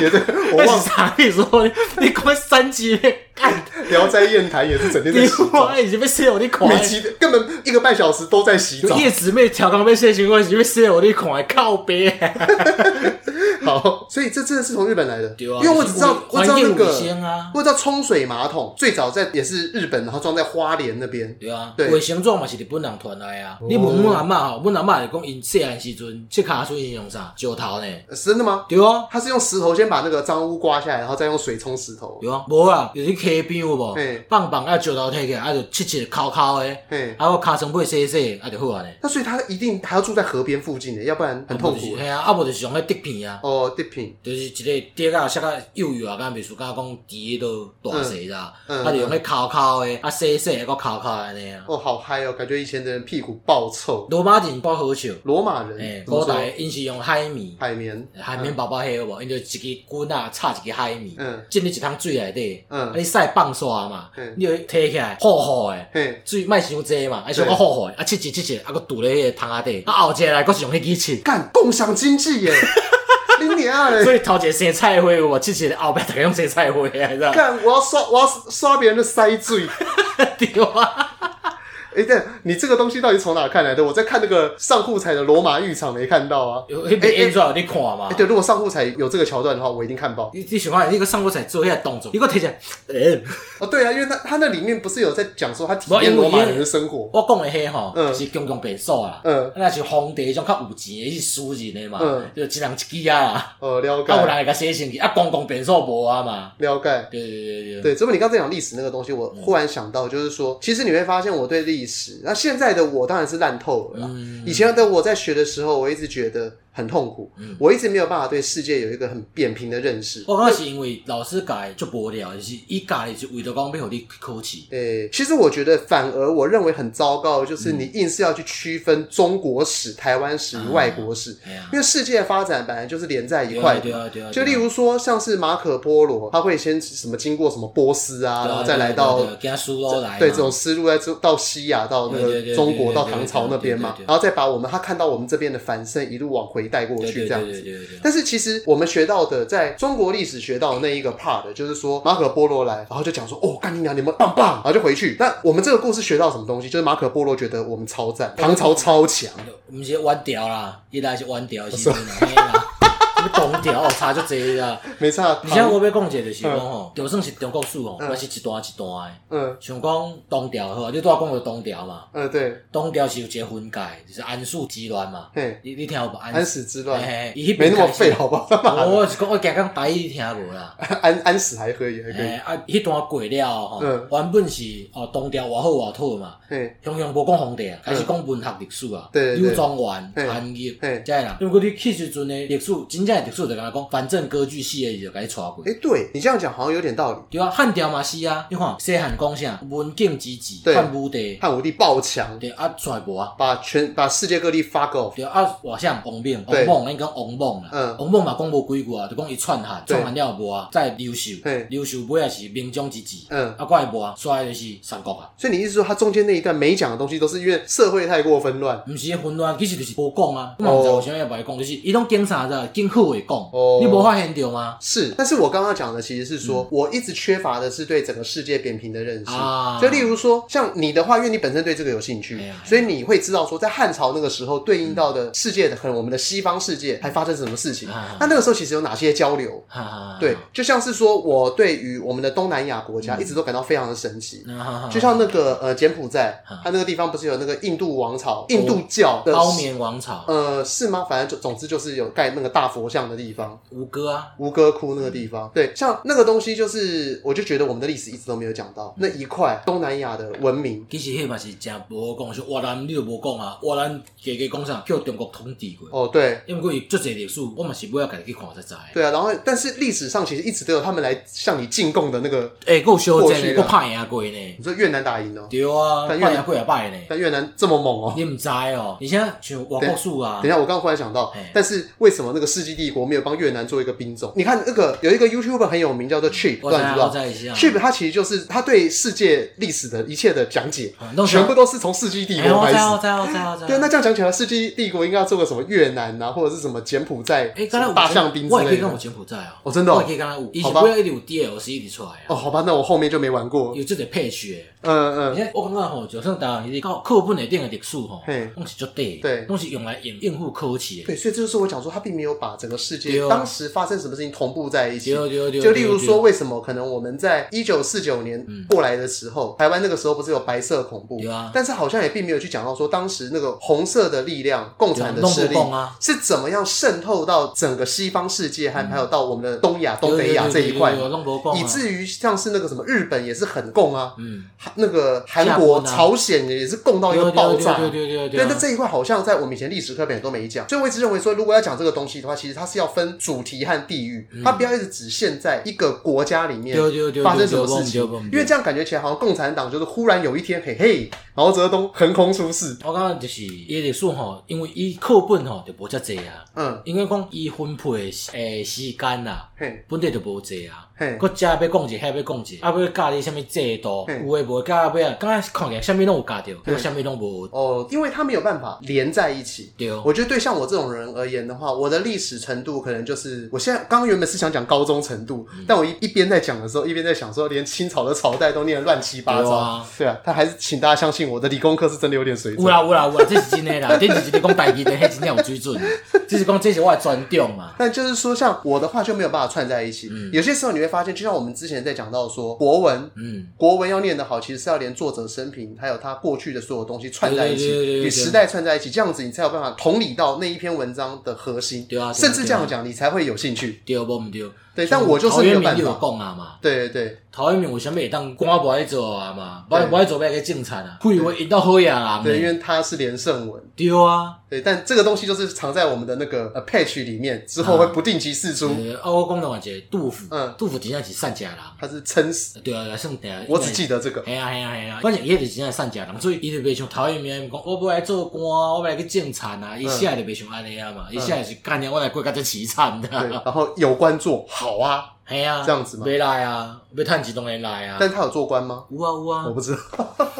Speaker 1: 也
Speaker 2: [LAUGHS]
Speaker 1: 对， [LAUGHS] 我
Speaker 2: 那
Speaker 1: 忘
Speaker 2: 是啥意思？你你讲
Speaker 1: [LAUGHS]
Speaker 2: 三级咧，干
Speaker 1: 《聊斋艳谭》也是整天在
Speaker 2: 你
Speaker 1: 洗澡
Speaker 2: 妈，已经被洗互你看的。
Speaker 1: 每集根本一个半小时都在洗澡。
Speaker 2: 叶子妹调岗被洗情况是被洗互你看的，靠背。
Speaker 1: 好，所以这真的是从日本来的，
Speaker 2: 对啊，
Speaker 1: 因为我只知道我
Speaker 2: 环
Speaker 1: 知道那
Speaker 2: 境卫
Speaker 1: 个，
Speaker 2: 生啊，
Speaker 1: 我知道冲水马桶最早在也是日本，然后装在花莲那边。
Speaker 2: 对啊，
Speaker 1: 对
Speaker 2: 卫生纸嘛是日本人传来啊。你问阮阿嬷吼，阮阿嬷会讲因细汉时阵切骹水是用啥？石头呢？
Speaker 1: 呃真的吗？
Speaker 2: 对啊，
Speaker 1: 他是用石头先把那个脏污刮下来，然后再用水冲石头。
Speaker 2: 对啊，无啊，就是溪边有无
Speaker 1: 嘿？
Speaker 2: 放放啊，石头摕起来，啊就切切敲敲的，
Speaker 1: 嘿，
Speaker 2: 啊我尻川尾洗洗，啊就好啊呢。
Speaker 1: 那所以他一定还要住在河边附近的，要不然很痛
Speaker 2: 啊无就
Speaker 1: 苦
Speaker 2: 是。嘿啊，啊无就是用迄竹片啊，
Speaker 1: 哦，地平，
Speaker 2: 就是一个竹啊，写甲幼幼啊，敢袂输敢讲伫迄落大细啦，
Speaker 1: 嗯嗯
Speaker 2: 啊就用迄敲敲的，啊洗洗，啊搁敲敲安尼啊。
Speaker 1: 哦，好嗨哦，感觉以前的人屁股爆臭。
Speaker 2: 罗马人包好笑，
Speaker 1: 罗马
Speaker 2: 诶
Speaker 1: 人，怎么
Speaker 2: 古
Speaker 1: 说
Speaker 2: 代因是用海绵，
Speaker 1: 海绵，
Speaker 2: 海绵包包迄有无？因就一支棍啊插一支海绵，
Speaker 1: 嗯
Speaker 2: 浸入一桶水内底，
Speaker 1: 嗯
Speaker 2: 啊你晒放沙嘛
Speaker 1: 嗯，
Speaker 2: 你就摕起来厚厚的。
Speaker 1: 嘿，
Speaker 2: 水莫伤济嘛，啊，想个好好的，啊，切切切切，啊，搁堵咧迄个桶仔底，啊，后一个来搁是用迄支切，
Speaker 1: 干共享经济
Speaker 2: [LAUGHS]
Speaker 1: 耶，你娘嘞！
Speaker 2: 所以头一个生菜花有无？切切后壁逐个拢生菜
Speaker 1: [LAUGHS]
Speaker 2: 花啊，你知道吗？ [LAUGHS]
Speaker 1: 干，我要刷，我要刷别人的腮嘴。
Speaker 2: 对啊，
Speaker 1: 哎、哎，但你这个东西到底从哪看来的？我在看那个上户彩的罗马浴场没看到啊。
Speaker 2: 有迄个演出有你看嘛
Speaker 1: 哎，？对，如果上户彩有这个桥段的话，我一定看爆。
Speaker 2: 你你想看你个上过才做迄个动作，你给我摕起来。 [LAUGHS] 欸
Speaker 1: 哦，对啊，因为他他那里面不是有在讲说他体
Speaker 2: 没有
Speaker 1: 验
Speaker 2: 因为
Speaker 1: 罗马人的生活，
Speaker 2: 我讲的迄吼
Speaker 1: 嗯
Speaker 2: 是公共白手啊，
Speaker 1: 嗯
Speaker 2: 那是皇帝迄种较有钱的，是私人的嘛
Speaker 1: 嗯，
Speaker 2: 就一人一支啊啦。
Speaker 1: 呃，了
Speaker 2: 啊，有人
Speaker 1: 解，
Speaker 2: 会甲写成去，啊，公共便所无啊嘛。
Speaker 1: 了解。
Speaker 2: 对对对对，嗯
Speaker 1: 对，所以你刚才讲历史那个东西，我忽然想到，就是说，其实你会发现我对历史，那现在的我当然是烂透了啦。
Speaker 2: 嗯
Speaker 1: 以前的我在学的时候，我一直觉得很痛苦，
Speaker 2: 嗯
Speaker 1: 我一直没有办法对世界有一个很扁平的认识。
Speaker 2: 我感觉是因为老师教的足无聊，就是伊教的就为着讲要互你去考试。
Speaker 1: 诶、其实我觉得，反而我认为很糟糕，就是
Speaker 2: 嗯
Speaker 1: 你硬是要去区分中国史、台湾史与外国史，
Speaker 2: 哎呀
Speaker 1: 因为世界的发展本来就是连在一
Speaker 2: 对
Speaker 1: 块
Speaker 2: 啊
Speaker 1: 的。
Speaker 2: 对啊对啊，
Speaker 1: 就例如说，像是马可波罗，他会先什么经过什么波斯啊，然后再来到
Speaker 2: 跟苏州哦来嘛，啊
Speaker 1: 对这种思路，再之到西亚，到那
Speaker 2: 对对
Speaker 1: 个
Speaker 2: 对对
Speaker 1: 中
Speaker 2: 对
Speaker 1: 国，
Speaker 2: 对
Speaker 1: 到
Speaker 2: 对
Speaker 1: 唐
Speaker 2: 对
Speaker 1: 朝
Speaker 2: 对
Speaker 1: 那
Speaker 2: 对
Speaker 1: 边
Speaker 2: 对
Speaker 1: 嘛
Speaker 2: 对，
Speaker 1: 然后再把我们他看到我们这边的繁盛一路往回带过
Speaker 2: 对
Speaker 1: 去
Speaker 2: 对
Speaker 1: 这样
Speaker 2: 对
Speaker 1: 子。
Speaker 2: 对对对。
Speaker 1: 但是其实我们学到的，在中国历史学到的那一个 part，就是说马可波罗来，然后就讲说，哦，干你娘，你们棒棒，然后就回去。那我们这个故事学到什么东西？就是马可波罗觉得我们超赞，唐朝超强，
Speaker 2: 毋是弯调啦，伊来是弯
Speaker 1: [LAUGHS]
Speaker 2: 调的时阵啦，嘿啊啦，你懂调哦，差足济啦。
Speaker 1: 没差。
Speaker 2: 而且
Speaker 1: 唐
Speaker 2: 我要讲者就是讲吼，就算是中国史吼，也是一段一段的。
Speaker 1: 嗯
Speaker 2: 像讲东调好啊，你拄仔讲到东调嘛，
Speaker 1: 嗯，对，
Speaker 2: 东调是有一个分界，就是安史之乱嘛。
Speaker 1: 嘿，
Speaker 2: 你你听有无？安
Speaker 1: 嗯安史之乱
Speaker 2: 嘿嘿伊迄
Speaker 1: 没
Speaker 2: 边
Speaker 1: 那么
Speaker 2: 哎开始哦
Speaker 1: 废，好不好？他妈的
Speaker 2: 我是讲我刚刚台语听无啦。
Speaker 1: [LAUGHS] 安安史还可以，还可以
Speaker 2: 诶，。啊，迄段过了吼，
Speaker 1: 嗯
Speaker 2: 原本是哦东调偌好偌讨嘛，
Speaker 1: 嘿，
Speaker 2: 雄雄无讲皇帝啊，开始讲文学历史
Speaker 1: 嗯
Speaker 2: 啊，
Speaker 1: 对对对
Speaker 2: 柳宗元、
Speaker 1: 嘿
Speaker 2: 韩愈，
Speaker 1: 嘿
Speaker 2: 遮啦。因为你去时阵的历史，真正的历史就甲你讲，反正歌剧系的伊就甲你带过
Speaker 1: 哎、。对你这样讲好像有点道理。
Speaker 2: 对啊，汉朝嘛是啊，你看西汉讲啥，文景之治，
Speaker 1: 对
Speaker 2: 汉武帝，
Speaker 1: 汉武帝爆强，
Speaker 2: 对啊，出来无啊。
Speaker 1: 把全把世界各地发够。
Speaker 2: 对啊，外向王猛，
Speaker 1: 对
Speaker 2: 王猛，咱讲王猛啦
Speaker 1: 嗯，
Speaker 2: 王猛嘛讲无几句啊，就讲伊篡汉，
Speaker 1: 对
Speaker 2: 篡汉了无啊，再刘秀
Speaker 1: 嘿，
Speaker 2: 刘秀尾也是明章之治，
Speaker 1: 嗯
Speaker 2: 啊，怪无啊，衰就是三国啊。
Speaker 1: 所以你意思说，他中间那一段每讲的东西，都是因为社会太过纷乱。
Speaker 2: 毋是混乱，其实就是无讲啊。我嘛毋知为啥物袂讲，就是伊拢警察在警好会讲，
Speaker 1: 哦
Speaker 2: 你无发现着吗？
Speaker 1: 是，但是我刚刚讲的其实是说，我一直缺乏的是对整个世界扁平的认识。
Speaker 2: 嗯啊
Speaker 1: 就例如说，像你的话，因为你本身对这个有兴趣
Speaker 2: 哎呀，
Speaker 1: 所以你会知道说，在汉朝那个时候对应到的世界的很我们的西方世界还发生什么事情。
Speaker 2: 啊
Speaker 1: 那那个时候其实有哪些交流？
Speaker 2: 哈
Speaker 1: 对，，就像是说我对于我们的东南亚国
Speaker 2: 嗯
Speaker 1: 家一直都感到非常的神奇。
Speaker 2: 啊哈哈
Speaker 1: 就像那个呃柬埔寨
Speaker 2: 啊，
Speaker 1: 它那个地方不是有那个印度王朝、印度教的
Speaker 2: 包棉王朝、
Speaker 1: 呃是吗？反正就总之就是有盖那个大佛像的地方，
Speaker 2: 吴哥啊，
Speaker 1: 吴哥窟那个地方。对，像那个东西就是，我就觉得我们的历史一直都没有讲到那一块东南亚的文明。
Speaker 2: 其实迄嘛是真无好讲，像越南你都无讲啊，越南加加讲啥叫中国统治过，
Speaker 1: 哦，对。
Speaker 2: 因为过伊足侪历史，我嘛是尾要家己去看才知道的。
Speaker 1: 对啊，然后但是历史上其实一直都有他们来向你进贡的那个，
Speaker 2: 诶，够修
Speaker 1: 过
Speaker 2: 正
Speaker 1: 去
Speaker 2: 的，
Speaker 1: 啦
Speaker 2: 够拍赢过呢
Speaker 1: 你。说越南打赢哦，
Speaker 2: 对啊，
Speaker 1: 啊但越
Speaker 2: 拍赢几啊摆呢。
Speaker 1: 但越南这么猛哦，
Speaker 2: 你毋知哦，而且像外国史啊
Speaker 1: 等一，下，我刚刚忽然想到
Speaker 2: 哎，
Speaker 1: 但是为什么那个世纪帝国没有帮越南做一个兵种？你看那个有一个 YouTuber 很有名，叫做 Chip，不
Speaker 2: 我
Speaker 1: 知
Speaker 2: 知
Speaker 1: 道你知
Speaker 2: 道我
Speaker 1: 道
Speaker 2: 知道啊一下。
Speaker 1: ？Chip 他其实就是他对世界历史的一切的讲解
Speaker 2: 啊弄，成
Speaker 1: 全部都是从世纪帝
Speaker 2: 哎，
Speaker 1: 国
Speaker 2: 我
Speaker 1: 开
Speaker 2: 知道，我
Speaker 1: 始。
Speaker 2: 知道，我知道，我知道。啊
Speaker 1: 对，那这样讲起来，世纪帝国应该要做个什么越南啊，或者是什么柬埔寨
Speaker 2: 诶，刚才、有
Speaker 1: 大象兵之
Speaker 2: 哎我也可
Speaker 1: 类
Speaker 2: 以跟我
Speaker 1: 的。
Speaker 2: 柬埔寨哦，
Speaker 1: 哦真的哦
Speaker 2: 我也可以跟他有，以
Speaker 1: 好
Speaker 2: 前
Speaker 1: 吧
Speaker 2: 不要一直有 DLC 一直出来啊，
Speaker 1: 哦，好吧，那我后面就没玩过。
Speaker 2: 有这个配角。而
Speaker 1: 嗯嗯，
Speaker 2: 且我感觉吼，就算台湾你到课本内顶的历史吼
Speaker 1: 嘿，
Speaker 2: 拢是足短的，
Speaker 1: 对
Speaker 2: 拢是用来应应付考试的。
Speaker 1: 对，所以这就是我讲说，他并没有把整个世界
Speaker 2: 对哦
Speaker 1: 当时发生什么事情同步在一起。
Speaker 2: 对对对，
Speaker 1: 就例如
Speaker 2: 对
Speaker 1: 说，，为什么可能我们在一九四九年过来的时候，台湾那个时候不是有白色恐怖？
Speaker 2: 嗯有啊
Speaker 1: 但是好像也并没有去讲到说，当时那个红色的力量、共产的势力
Speaker 2: 有啊弄不共啊
Speaker 1: 是怎么样渗透到整个西方世界，还还有到我们的东亚、东北亚这一块，
Speaker 2: 拢无讲啊，
Speaker 1: 以至于像是那个什么日本也是很共啊，
Speaker 2: 嗯，
Speaker 1: 韩那个韩
Speaker 2: 夏
Speaker 1: 国、
Speaker 2: 宫啊
Speaker 1: 朝鲜也是共到一个
Speaker 2: 对
Speaker 1: 爆
Speaker 2: 对
Speaker 1: 炸。
Speaker 2: 对对对
Speaker 1: 对，
Speaker 2: 对
Speaker 1: 那
Speaker 2: 对。
Speaker 1: 这一块好像在我们以前历史课本也都没讲，所以我一直认为说，如果要讲这个东西的话，其实它是要分主题和地域，它不要一直只限在一个国家里面
Speaker 2: 对对对
Speaker 1: 发生什么事
Speaker 2: 对
Speaker 1: 情
Speaker 2: 对对对，对
Speaker 1: 因为这样感觉起来好像共产党就是忽然有一天，嘿嘿，毛泽东横空出世，
Speaker 2: 我感觉就是伊历史吼，因为伊课本吼就无遮济啊，
Speaker 1: 嗯，
Speaker 2: 应该讲伊分配的时诶时间啦，
Speaker 1: 嘿，
Speaker 2: 本地就无济啊。
Speaker 1: 嘿，
Speaker 2: 搁遮要讲者，遐要讲者，啊，要教你啥物制度，
Speaker 1: 嘿
Speaker 2: 有诶无教到尾啊，敢若是看起来啥物拢有教着，我啥物拢无。
Speaker 1: 哦，因为他没有办法连在一起。
Speaker 2: 对，
Speaker 1: 我觉得对像我这种人而言的话，我的历史程度可能就是我现在刚刚原本是想讲高中程度，
Speaker 2: 嗯
Speaker 1: 但我一一边在讲的时候，一边在想说，连清朝的朝代都念得乱七八
Speaker 2: 对
Speaker 1: 糟
Speaker 2: 啊。
Speaker 1: 对啊，但还是请大家相信我的理工课是真的有点水准
Speaker 2: 有。啦有啦有啦，这是真诶啦，顶一日咧讲台语，但迄真正有水准，只是讲这是我诶专长嘛。
Speaker 1: 但就是说，像我的话就没有办法串在一起。有些时候你会发现，就像我们之前在讲到说，国文
Speaker 2: 嗯，
Speaker 1: 国文要念得好，其实是要连作者生平还有他过去的所有东西串在一起，
Speaker 2: 对对对对对
Speaker 1: 与时代串在一起，这样子你才有办法同理到那一篇文章的核心。
Speaker 2: 对啊对啊
Speaker 1: 甚至这样讲，你才会有兴趣。
Speaker 2: 对无毋对？
Speaker 1: 对但我就是
Speaker 2: 陶
Speaker 1: 没有
Speaker 2: 渊
Speaker 1: 办
Speaker 2: 明
Speaker 1: 法
Speaker 2: 就有讲啊嘛。
Speaker 1: 对对对，
Speaker 2: 陶渊明为啥物会当官无爱做啊嘛？无
Speaker 1: 对
Speaker 2: 无爱做，要去种田啊？废话，伊到好野人
Speaker 1: 对，因
Speaker 2: 咧。
Speaker 1: 为它是连胜文。
Speaker 2: 对啊，
Speaker 1: 对，但这个东西就是藏在我们的那个呃 patch 里面，之后会
Speaker 2: 啊
Speaker 1: 不定期释出。
Speaker 2: 呃，啊，我讲另外一个杜甫
Speaker 1: 嗯，
Speaker 2: 杜甫真正是善家人。
Speaker 1: 它是撑死，
Speaker 2: 对啊，算对啊。
Speaker 1: 我只记得这个。
Speaker 2: 嘿啊嘿啊嘿啊，反正伊就是真正善食人，所以伊就袂像陶渊明讲，我要来做官，我要来去种田
Speaker 1: 嗯
Speaker 2: 啊，伊写的就袂像安尼啊嘛，伊写的是干娘，我来过甲这凄惨
Speaker 1: 对，
Speaker 2: 的，
Speaker 1: 然后有官做好啊，
Speaker 2: 嘿啊，
Speaker 1: 这样子嘛
Speaker 2: 袂来啊，要趁钱当然来啊。
Speaker 1: 但他有做官吗？
Speaker 2: 有啊有
Speaker 1: 我
Speaker 2: 啊，
Speaker 1: 不知道。
Speaker 2: [LAUGHS]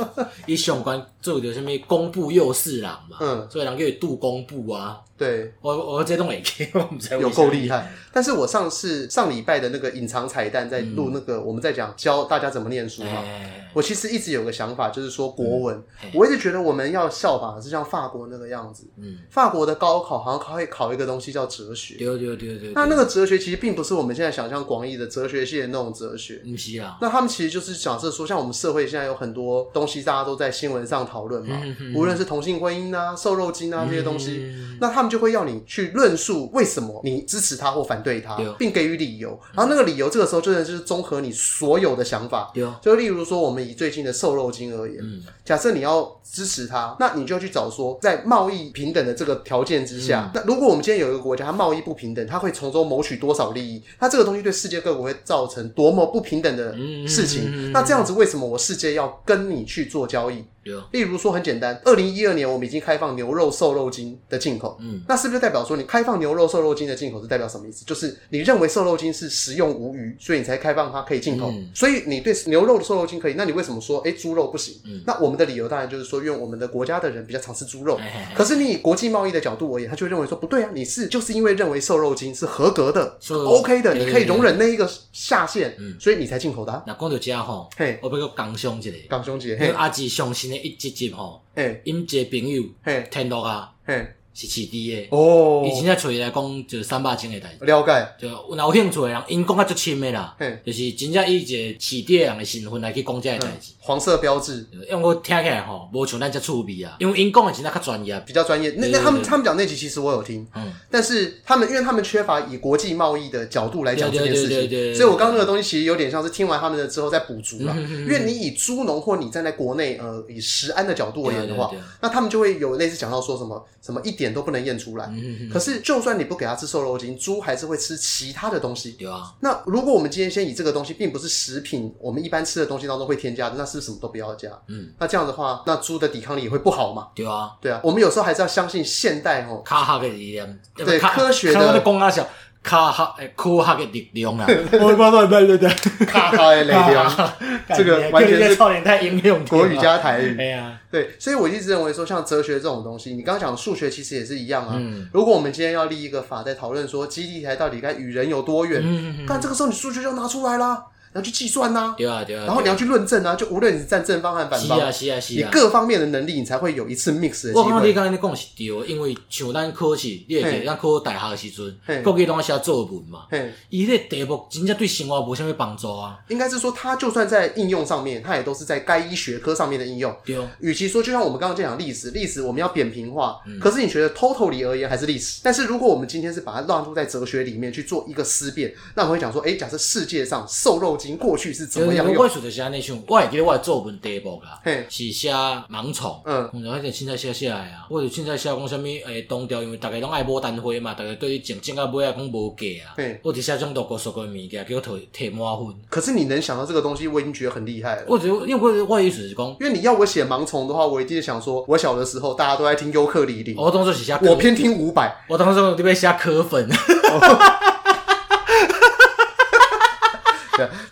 Speaker 2: 伊上官做着啥物工部右侍郎嘛，
Speaker 1: 嗯
Speaker 2: 所以人叫伊杜工部啊。
Speaker 1: 对，
Speaker 2: 我我这拢会记， [LAUGHS] 哎我毋知为啥
Speaker 1: 有够厉害。但是我上次上礼拜的那个隐藏彩蛋，在录那个、我们在讲教大家怎么念书嘛。
Speaker 2: 嗯哎嗯
Speaker 1: 我其实一直有个想法，就是说国文，
Speaker 2: 嘿
Speaker 1: 我一直觉得我们要效仿的是像法国那个样子。
Speaker 2: 嗯，
Speaker 1: 法国的高考好像考会考一个东西叫哲学，
Speaker 2: 对对对对，
Speaker 1: 那那个哲学其实并不是我们现在想象广义的哲学系的那种哲学。
Speaker 2: 毋是啊啦，
Speaker 1: 那他们其实就是假设说，像我们社会现在有很多东西，大家都在新闻上讨论嘛
Speaker 2: 嗯，嗯嗯
Speaker 1: 无论是同性婚姻啊、瘦肉精啊这些东西，
Speaker 2: 嗯
Speaker 1: 那他们就会要你去论述为什么你支持他或反对他
Speaker 2: 对，
Speaker 1: 并给予理由。然后那个理由，这个时候真的就是综合你所有的想法。
Speaker 2: 对，
Speaker 1: 就例如说，我们以最近的瘦肉精而言，
Speaker 2: 嗯
Speaker 1: 假设你要支持他，那你就要去找说，在贸易平等的这个条件之下，
Speaker 2: 嗯
Speaker 1: 那如果我们今天有一个国家它贸易不平等，它会从中谋取多少利益？那这个东西对世界各国会造成多么不平等的事情？
Speaker 2: 嗯
Speaker 1: 那这样子，为什么我世界要跟你去做交易？
Speaker 2: 对，
Speaker 1: 例如说，很简单，二零一二年我们已经开放牛肉、瘦肉精的进口。
Speaker 2: 嗯
Speaker 1: 那是不是代表说你开放牛肉、瘦肉精的进口是代表什么意思？就是你认为瘦肉精是食用无虞，所以你才开放它可以进口。
Speaker 2: 嗯
Speaker 1: 所以你对牛肉的瘦肉精可以，那你为什么说诶猪肉不行？
Speaker 2: 嗯
Speaker 1: 那我们的理由当然就是说，因为我们的国家的人比较常吃猪肉。
Speaker 2: 哎哎哎
Speaker 1: 可是你以国际贸易的角度而言，他就会认为说不对啊，你是就是因为认为瘦肉精是合格的、
Speaker 2: 是
Speaker 1: OK 的，
Speaker 2: 嗯对
Speaker 1: 你
Speaker 2: 对
Speaker 1: 可以容忍那一个下限，
Speaker 2: 嗯
Speaker 1: 所以你才进口的、啊。
Speaker 2: 那讲到遮吼，
Speaker 1: 嘿，
Speaker 2: 我要搁工商一下，
Speaker 1: 港兄姐，
Speaker 2: 因为
Speaker 1: 嘿，
Speaker 2: 阿姊上新的一集集吼，
Speaker 1: 嘿，
Speaker 2: 因一个朋友
Speaker 1: 嘿，
Speaker 2: 天乐啊
Speaker 1: 嘿，
Speaker 2: 是饲猪的，
Speaker 1: 哦，
Speaker 2: 伊真正找伊来讲就是三百斤的代志，
Speaker 1: 了解，
Speaker 2: 就若有兴趣的人，因讲较足深的啦
Speaker 1: 嘿，
Speaker 2: 就是真正以一个饲猪的人的身份来去讲这个代志。
Speaker 1: 黄色标志
Speaker 2: 因为我听起来吼，无像咱遮趣味啊，因为因讲的真正较专业
Speaker 1: 比，较专业。那
Speaker 2: 对
Speaker 1: 那
Speaker 2: 对
Speaker 1: 他们
Speaker 2: 对
Speaker 1: 他们讲那集其实我有听，
Speaker 2: 嗯，
Speaker 1: 但是他们因为他们缺乏以国际贸易的角度来讲这
Speaker 2: 对
Speaker 1: 件
Speaker 2: 对
Speaker 1: 事
Speaker 2: 对对对
Speaker 1: 情，
Speaker 2: 对嗯
Speaker 1: 所以我刚刚那个东西其实有点像是听完他们的之后再补足了。因为你以猪农或你站在国内呃以食安的角度而言的话
Speaker 2: 对对对，
Speaker 1: 那他们就会有类似讲到说什么什么一点都不能验出来。
Speaker 2: 嗯，
Speaker 1: 可是就算你不给它吃瘦肉精，猪还是会吃其他的东西。
Speaker 2: 对啊，
Speaker 1: 那如果我们今天先以这个东西，并不是食品，我们一般吃的东西当中会添加的，那是不是什么都不要加？
Speaker 2: 嗯，
Speaker 1: 那这样的话，那猪的抵抗力也会不好嘛？
Speaker 2: 对啊。
Speaker 1: 对啊，我们有时候还是要相信现代
Speaker 2: [LAUGHS]
Speaker 1: 哦，
Speaker 2: 科学的力量，
Speaker 1: 对科学的
Speaker 2: 我咧讲啊，小科学诶，科学的力
Speaker 1: [LAUGHS]
Speaker 2: 量啊，我讲到对对对，
Speaker 1: 卡哈的雷
Speaker 2: [LAUGHS]
Speaker 1: 雕， [LAUGHS] 这个完全是
Speaker 2: 少年太英勇，
Speaker 1: 国语加台语。
Speaker 2: [LAUGHS] 哎呀，
Speaker 1: 对，所以我一直认为说，像哲学这种东西，你刚刚讲数学其实也是一样啊。
Speaker 2: 嗯
Speaker 1: 如果我们今天要立一个法在讨论说基地台到底该与人有多远，
Speaker 2: 嗯，
Speaker 1: 但这个时候你数学就要拿出来啦，然后去计算呐、
Speaker 2: 对啊对啊，
Speaker 1: 然后你要去论证啊，就无论你是站正方和反
Speaker 2: 是
Speaker 1: 方，
Speaker 2: 啊是啊是
Speaker 1: 你
Speaker 2: 啊，
Speaker 1: 各方面的能力，你才会有一次 mix 的机
Speaker 2: 我感觉你
Speaker 1: 会。
Speaker 2: 刚才你讲是对的，因为像咱考试，你会记
Speaker 1: 嘿
Speaker 2: 得咱考大学的时
Speaker 1: 嘿
Speaker 2: 阵，国语拢写作文嘛，
Speaker 1: 嘿，
Speaker 2: 伊迄个题目真正对生活无啥物帮助啊，
Speaker 1: 应该是说，它就算在应用上面，它也都是在该医学科上面的应用。
Speaker 2: 对，
Speaker 1: 与其说就像我们刚刚在讲历史，历史我们要扁平化，可是你觉得 totally 而言还是历史。但是如果我们今天是把它让入在哲学里面去做一个思辨，那我们会讲说，诶，假设世界上瘦肉精过去是怎么
Speaker 2: 就是
Speaker 1: 样
Speaker 2: 我
Speaker 1: 用？
Speaker 2: 我就是安尼想，我会记得我的作文题目啦
Speaker 1: 嘿，
Speaker 2: 是写盲从。
Speaker 1: 嗯，
Speaker 2: 我就迄个凊彩写写来啊，我就凊彩写讲啥物诶，当调因为逐个拢爱牡丹花嘛，逐个对你种种到尾啊讲无价啊
Speaker 1: 嘿，
Speaker 2: 我就写种多国俗个物件，叫我摕摕满分。
Speaker 1: 可是你能想到这个东西，我已经觉得很厉害了。
Speaker 2: 我就因为我我的意思是讲，
Speaker 1: 因为你要我写盲从的话，我一定想说，我小的时候大家都在听尤克里里，
Speaker 2: 我当初是写
Speaker 1: 我
Speaker 2: 科，
Speaker 1: 偏听伍佰。
Speaker 2: 我当初你要写科粉，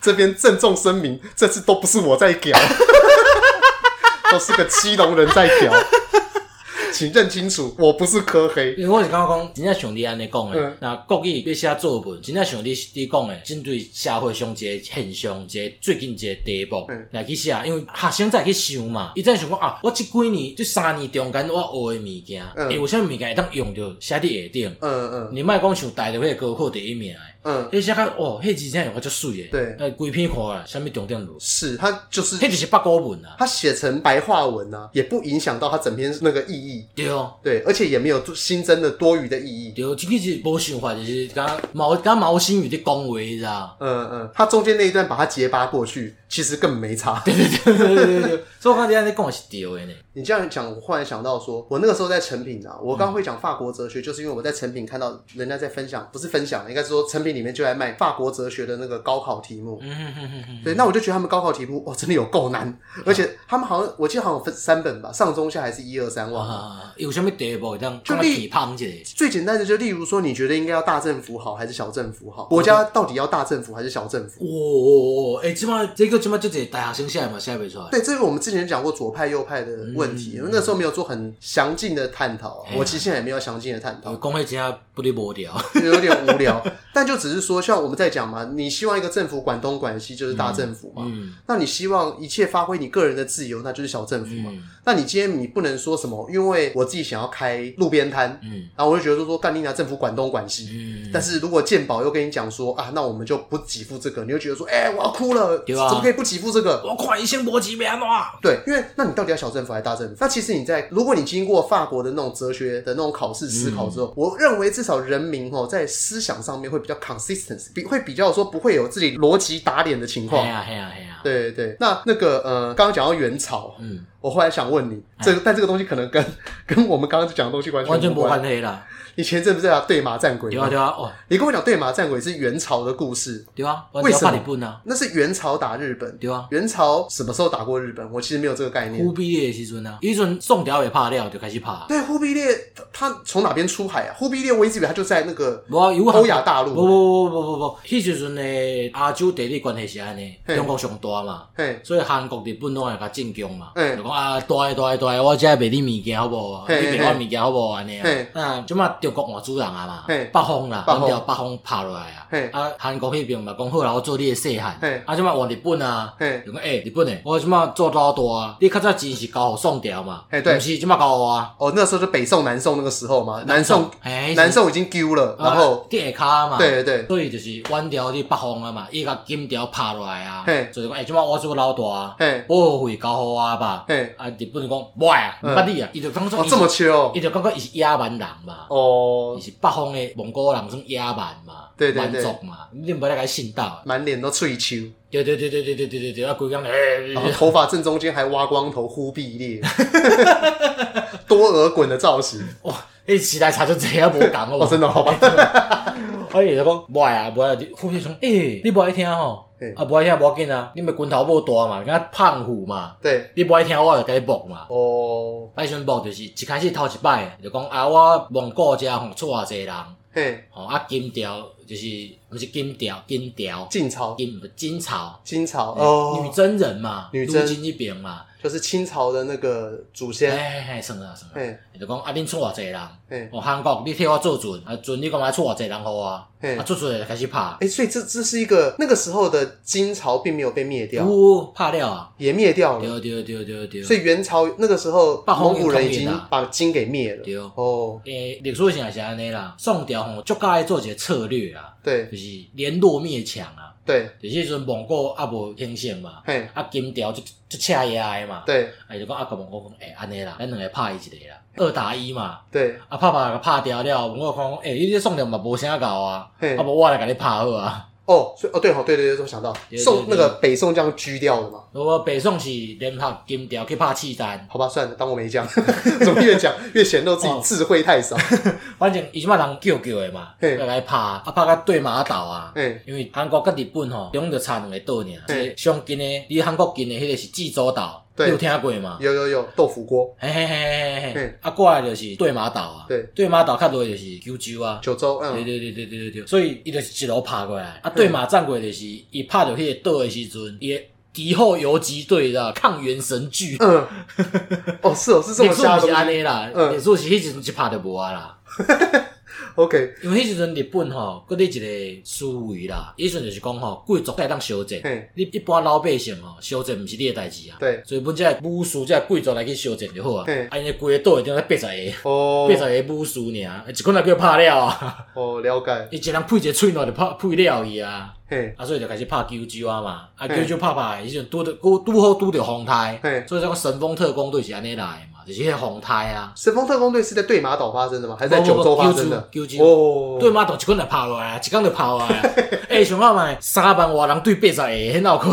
Speaker 1: 这边郑重声明，这次都不是我在屌， [LAUGHS] 都是个基隆人在屌， [LAUGHS] 请认清楚，我不是科黑。
Speaker 2: 因为我是感觉讲，真正像你安尼讲
Speaker 1: 嗯
Speaker 2: 诶，那国语要写作文，真正像你你讲诶，针对社会上一个现象，一个最近一个题目
Speaker 1: 嗯
Speaker 2: 来去写，因为学生在去想嘛，伊在想讲啊，我即几年即三年中间我学诶物件，
Speaker 1: 嗯
Speaker 2: 诶，有啥物件会当用着写伫下顶？
Speaker 1: 嗯嗯
Speaker 2: 你莫讲像大陆迄个高考第一名诶，
Speaker 1: 嗯，
Speaker 2: 迄写较哦，迄字真正用较足水诶，
Speaker 1: 对
Speaker 2: 呃，规篇看诶，啥物重点无？
Speaker 1: 是他就是
Speaker 2: 迄就是八股文啊，
Speaker 1: 他写成白话文啊，也不影响到他整篇那个意义。
Speaker 2: 对哦。
Speaker 1: 对，而且也没有做新增的多余的意义。
Speaker 2: 对，哦即个是无想法，就是敢毛敢毛新宇咧讲话，你知道？
Speaker 1: 嗯嗯，他中间那一段把它结巴过去，其实根本没差。
Speaker 2: 对对对对，所以我感觉你讲的是对的呢。
Speaker 1: 你这样讲，我忽然想到说，我那个时候在成品啊，我刚会讲法国哲学，就是因为我在成品看到人家在分享，不是分享，应该是说成品里面就在卖法国哲学的那个高考题目。
Speaker 2: 嗯哼哼哼
Speaker 1: 对，那我就觉得他们高考题目哇，哦真的有够难，而且他们好像我记得好像有分三本吧，上中下还是一二三
Speaker 2: 哼，
Speaker 1: 忘了。
Speaker 2: 啊，有啥物题目会当
Speaker 1: 就
Speaker 2: 讲
Speaker 1: 你
Speaker 2: 批判一下？
Speaker 1: 最简单的就例如说，你觉得应该要大政府好还是小政府
Speaker 2: 嗯
Speaker 1: 好？国家到底要大政府还是小政府？
Speaker 2: 哇哦哦，哎，即摆这个即摆就个大学生写的嘛写袂出来。
Speaker 1: 对，这个我们之前讲过左派右派的问题，因为那时候没有做很详尽的探讨啊
Speaker 2: 嗯哎，呀
Speaker 1: 我其实现在也没有详尽的探讨
Speaker 2: 有。讲迄真正不哩无聊。
Speaker 1: 有点无聊。但就只是说，像我们在讲嘛，你希望一个政府管东管西，就是大政府嘛。
Speaker 2: 嗯
Speaker 1: 那你希望一切发挥你个人的自由，那就是小政府嘛。
Speaker 2: 嗯
Speaker 1: 那你今天你不能说什么，因为我自己想要开路边摊，
Speaker 2: 嗯
Speaker 1: 然后我就觉得说说干你娘政府管东管西。
Speaker 2: 嗯，
Speaker 1: 但是如果鉴宝又跟你讲说啊，那我们就不给付这个，你就觉得说，哎、我要哭了，
Speaker 2: 对啊
Speaker 1: 怎么可以不给付这个？
Speaker 2: 我看医生无钱要安怎？
Speaker 1: 对，因为那你到底要小政府还是大政府？那其实你在，如果你经过法国的那种哲学的那种考试思考之
Speaker 2: 嗯
Speaker 1: 后，我认为至少人民哦在思想上面会比较 consistency，比会比较说不会有自己逻辑打脸的情
Speaker 2: 嘿
Speaker 1: 况。
Speaker 2: 啊嘿啊嘿啊。
Speaker 1: 对对对，那那个呃，刚刚讲到元朝，
Speaker 2: 嗯，
Speaker 1: 我后来想问你，这个、但这个东西可能跟 [LAUGHS] 跟我们刚刚讲的东西完
Speaker 2: 哎完
Speaker 1: 全
Speaker 2: 全
Speaker 1: 无
Speaker 2: 无关
Speaker 1: 关。
Speaker 2: 系啦。
Speaker 1: 你前阵不是在讲对马战鬼
Speaker 2: 对
Speaker 1: 吗
Speaker 2: 啊对？啊，哦
Speaker 1: 你跟我讲对马战鬼是元朝的故事，
Speaker 2: 对啊，我
Speaker 1: 为什么
Speaker 2: 要拍日本啊？
Speaker 1: 那是元朝打日本。
Speaker 2: 对啊，
Speaker 1: 元朝什么时候打过日本？我其实没有这个概念。
Speaker 2: 忽必烈的时阵啊，伊阵宋朝也拍了，就开始拍。
Speaker 1: 对，忽必烈他他从哪边出海啊？忽必烈我一直以为他就在那个
Speaker 2: 无啊有
Speaker 1: 欧亚大
Speaker 2: 不
Speaker 1: 陆，
Speaker 2: 不不不不不，迄时阵的亚洲地理关系是安尼，
Speaker 1: 嘿
Speaker 2: 中国上大嘛，
Speaker 1: 嘿，
Speaker 2: 所以韩国、日本拢会甲进攻嘛，
Speaker 1: 嘿
Speaker 2: 就讲啊，大诶大诶大诶，我遮卖你物件好无？你
Speaker 1: 嘿
Speaker 2: 卖我物件好无？安尼啊
Speaker 1: 嘿，
Speaker 2: 啊，即马中国换主人啊嘛，
Speaker 1: 嘿
Speaker 2: 北方啦，
Speaker 1: 北方
Speaker 2: 咱叫北方拍落来啊
Speaker 1: 嘿，
Speaker 2: 啊，韩国迄边嘛讲好啦，我做你诶细汉
Speaker 1: 嘿，
Speaker 2: 啊，即马换日本啊。
Speaker 1: 嘿，
Speaker 2: 就讲诶、欸日本诶，我即马做老大啊！你较早钱是交互宋朝嘛，
Speaker 1: 嘿对
Speaker 2: 毋是即马交互啊。
Speaker 1: 哦，那时候就北宋、南宋那个时候嘛，南宋
Speaker 2: 诶，
Speaker 1: 南宋已经丢
Speaker 2: 啊
Speaker 1: 了，然后
Speaker 2: 地下骹嘛，
Speaker 1: 对对
Speaker 2: 所以就是阮朝去北方啊嘛，伊甲金条拍落来啊
Speaker 1: 嘿，
Speaker 2: 就是讲，哎，即摆我做老大啊
Speaker 1: 嘿，
Speaker 2: 保护费交互我吧
Speaker 1: 嘿，
Speaker 2: 啊，日本人讲无爱啊，毋
Speaker 1: 嗯
Speaker 2: 捌你啊，伊就讲说
Speaker 1: 哦这么缺哦
Speaker 2: 伊，就感觉伊是野蛮人嘛，伊
Speaker 1: 哦，
Speaker 2: 是北方的蒙古人算野蛮嘛，
Speaker 1: 对对
Speaker 2: 蛮
Speaker 1: 对
Speaker 2: 族嘛，你毋捌来甲伊信道啊，工，
Speaker 1: 满脸都翠秋，
Speaker 2: 对对对对对对对对对，啊，规工诶， [LAUGHS]
Speaker 1: 然后头发正中间还挖光头，忽必烈， [LAUGHS] 多尔衮的造型，
Speaker 2: 哇，迄时代差就这啊，无共
Speaker 1: 哦，真的好吧？
Speaker 2: 啊，伊就讲无爱啊，无爱啊，忽然想，诶、你无爱听吼
Speaker 1: 嘿，
Speaker 2: 啊，无爱听无要紧啊，你咪拳头无大嘛，敢胖虎嘛，
Speaker 1: 对，
Speaker 2: 你无爱听我就甲你木嘛。
Speaker 1: 哦，
Speaker 2: 啊，迄阵木就是一开始头一摆，就讲啊，我蒙古遮吼出偌济人，
Speaker 1: 嘿，
Speaker 2: 吼啊金条就是毋是金条，金条
Speaker 1: 晋朝、
Speaker 2: 金金朝
Speaker 1: 金朝，
Speaker 2: 女
Speaker 1: 哦，
Speaker 2: 真人嘛，
Speaker 1: 女
Speaker 2: 女
Speaker 1: 真
Speaker 2: 真一边嘛，
Speaker 1: 就是清朝的那个祖
Speaker 2: 嘿
Speaker 1: 先，哎
Speaker 2: 嘿嘿，算啦算啦，
Speaker 1: 嘿，
Speaker 2: 就讲啊，恁出偌济人，
Speaker 1: 嘿。
Speaker 2: 哦，韩国你替我做船，啊船你干嘛出偌济人互我啊，
Speaker 1: 嘿
Speaker 2: 啊出船就开始拍，
Speaker 1: 哎、所以这这是一个那个时候的金朝并没有被灭掉，
Speaker 2: 呜拍了啊。
Speaker 1: 也灭掉了。
Speaker 2: 对对对对对，哦
Speaker 1: 所以元朝那个时候，
Speaker 2: 把红
Speaker 1: 蒙古人已
Speaker 2: 给
Speaker 1: 经
Speaker 2: 统一了
Speaker 1: 把金给灭了。
Speaker 2: 对
Speaker 1: 哦，
Speaker 2: 诶，历史上是安尼啦，宋朝吼，足爱做一个策略啊，
Speaker 1: 对
Speaker 2: 就是联络灭强啊，
Speaker 1: 对，
Speaker 2: 就是迄阵蒙古啊无兴盛嘛，
Speaker 1: 嘿，
Speaker 2: 啊金朝就就赤野的嘛，
Speaker 1: 对
Speaker 2: 啊伊就讲啊甲蒙古讲，诶安尼啦，咱两个拍伊一个啦，二打一嘛，
Speaker 1: 对，
Speaker 2: 啊拍拍甲拍掉了，蒙古讲讲，诶，你这宋朝嘛无啥搞啊，
Speaker 1: 嘿
Speaker 2: 啊，无我来甲你拍好啊，
Speaker 1: 哦，所以哦，对哦，对对对，我想到
Speaker 2: 对对
Speaker 1: 宋
Speaker 2: 对
Speaker 1: 那个北宋这样狙掉了嘛。
Speaker 2: 我北宋是联合金朝去拍契丹，
Speaker 1: 好吧，算了，当我没讲。 [LAUGHS] 怎么
Speaker 2: [LAUGHS]
Speaker 1: 越讲越显露自己
Speaker 2: 哦
Speaker 1: 智慧太少？
Speaker 2: 反正伊即摆人叫叫的嘛，
Speaker 1: 嘿
Speaker 2: 来甲伊拍，啊拍甲对马岛啊。
Speaker 1: 哎，
Speaker 2: 因为韩国甲日本吼，中就差两个岛尔，
Speaker 1: 嘿
Speaker 2: 即上近的离韩国近的迄个是济州岛，你有
Speaker 1: 对，
Speaker 2: 听过吗？
Speaker 1: 有有有豆腐锅，
Speaker 2: 嘿嘿嘿嘿嘿嘿
Speaker 1: 嘿，
Speaker 2: 啊，过来就是对马岛啊，
Speaker 1: 对
Speaker 2: 对马岛较落就是九州啊，
Speaker 1: 九州，
Speaker 2: 对
Speaker 1: 嗯，
Speaker 2: 对对对对对对，所以伊就是一路拍过来，啊，对马战过就是伊拍到迄个岛的时阵，伊的敌后游击队啦，抗原神剧，
Speaker 1: 嗯，哦是哦是这么
Speaker 2: 脸书
Speaker 1: 加
Speaker 2: 不
Speaker 1: 的
Speaker 2: 是安
Speaker 1: 吗
Speaker 2: 尼啦，
Speaker 1: 嗯
Speaker 2: 脸书是迄时阵一拍就无啊啦，
Speaker 1: ，OK，
Speaker 2: 因为迄时阵日本吼，搁咧一个思维啦，迄时阵就是讲吼，贵族才当修正
Speaker 1: 嘿，
Speaker 2: 你一般老百姓吼修正毋是你的代志啊，
Speaker 1: 对
Speaker 2: 所以本遮武士遮贵族来去修正就好啊
Speaker 1: 嘿，
Speaker 2: 啊，因为规个岛会顶咧八十个。
Speaker 1: 哦
Speaker 2: 八十个武士尔，一个人叫拍
Speaker 1: [LAUGHS]
Speaker 2: 了啊，
Speaker 1: 哦了解，
Speaker 2: 伊一人配一个喙暖就拍配了伊啊，
Speaker 1: 嘿，
Speaker 2: 啊所以就开始拍九州啊嘛，啊
Speaker 1: 嘿
Speaker 2: 九州拍拍，伊就拄着拄拄好拄着风台
Speaker 1: 嘿，
Speaker 2: 所以讲神风特工队是安尼来的嘛，就是迄个风台啊，
Speaker 1: 神风特工队是在对马岛发生的吗？还是在
Speaker 2: 不不
Speaker 1: 九
Speaker 2: 不
Speaker 1: 州发
Speaker 2: 九
Speaker 1: 生
Speaker 2: 州
Speaker 1: 的？
Speaker 2: 九州
Speaker 1: 哦，
Speaker 2: 对嘛，就一个人就拍落来，啊一工就拍落来，
Speaker 1: [LAUGHS]
Speaker 2: 哎想看觅三万外人对八十个，迄
Speaker 1: [LAUGHS]
Speaker 2: 闹开，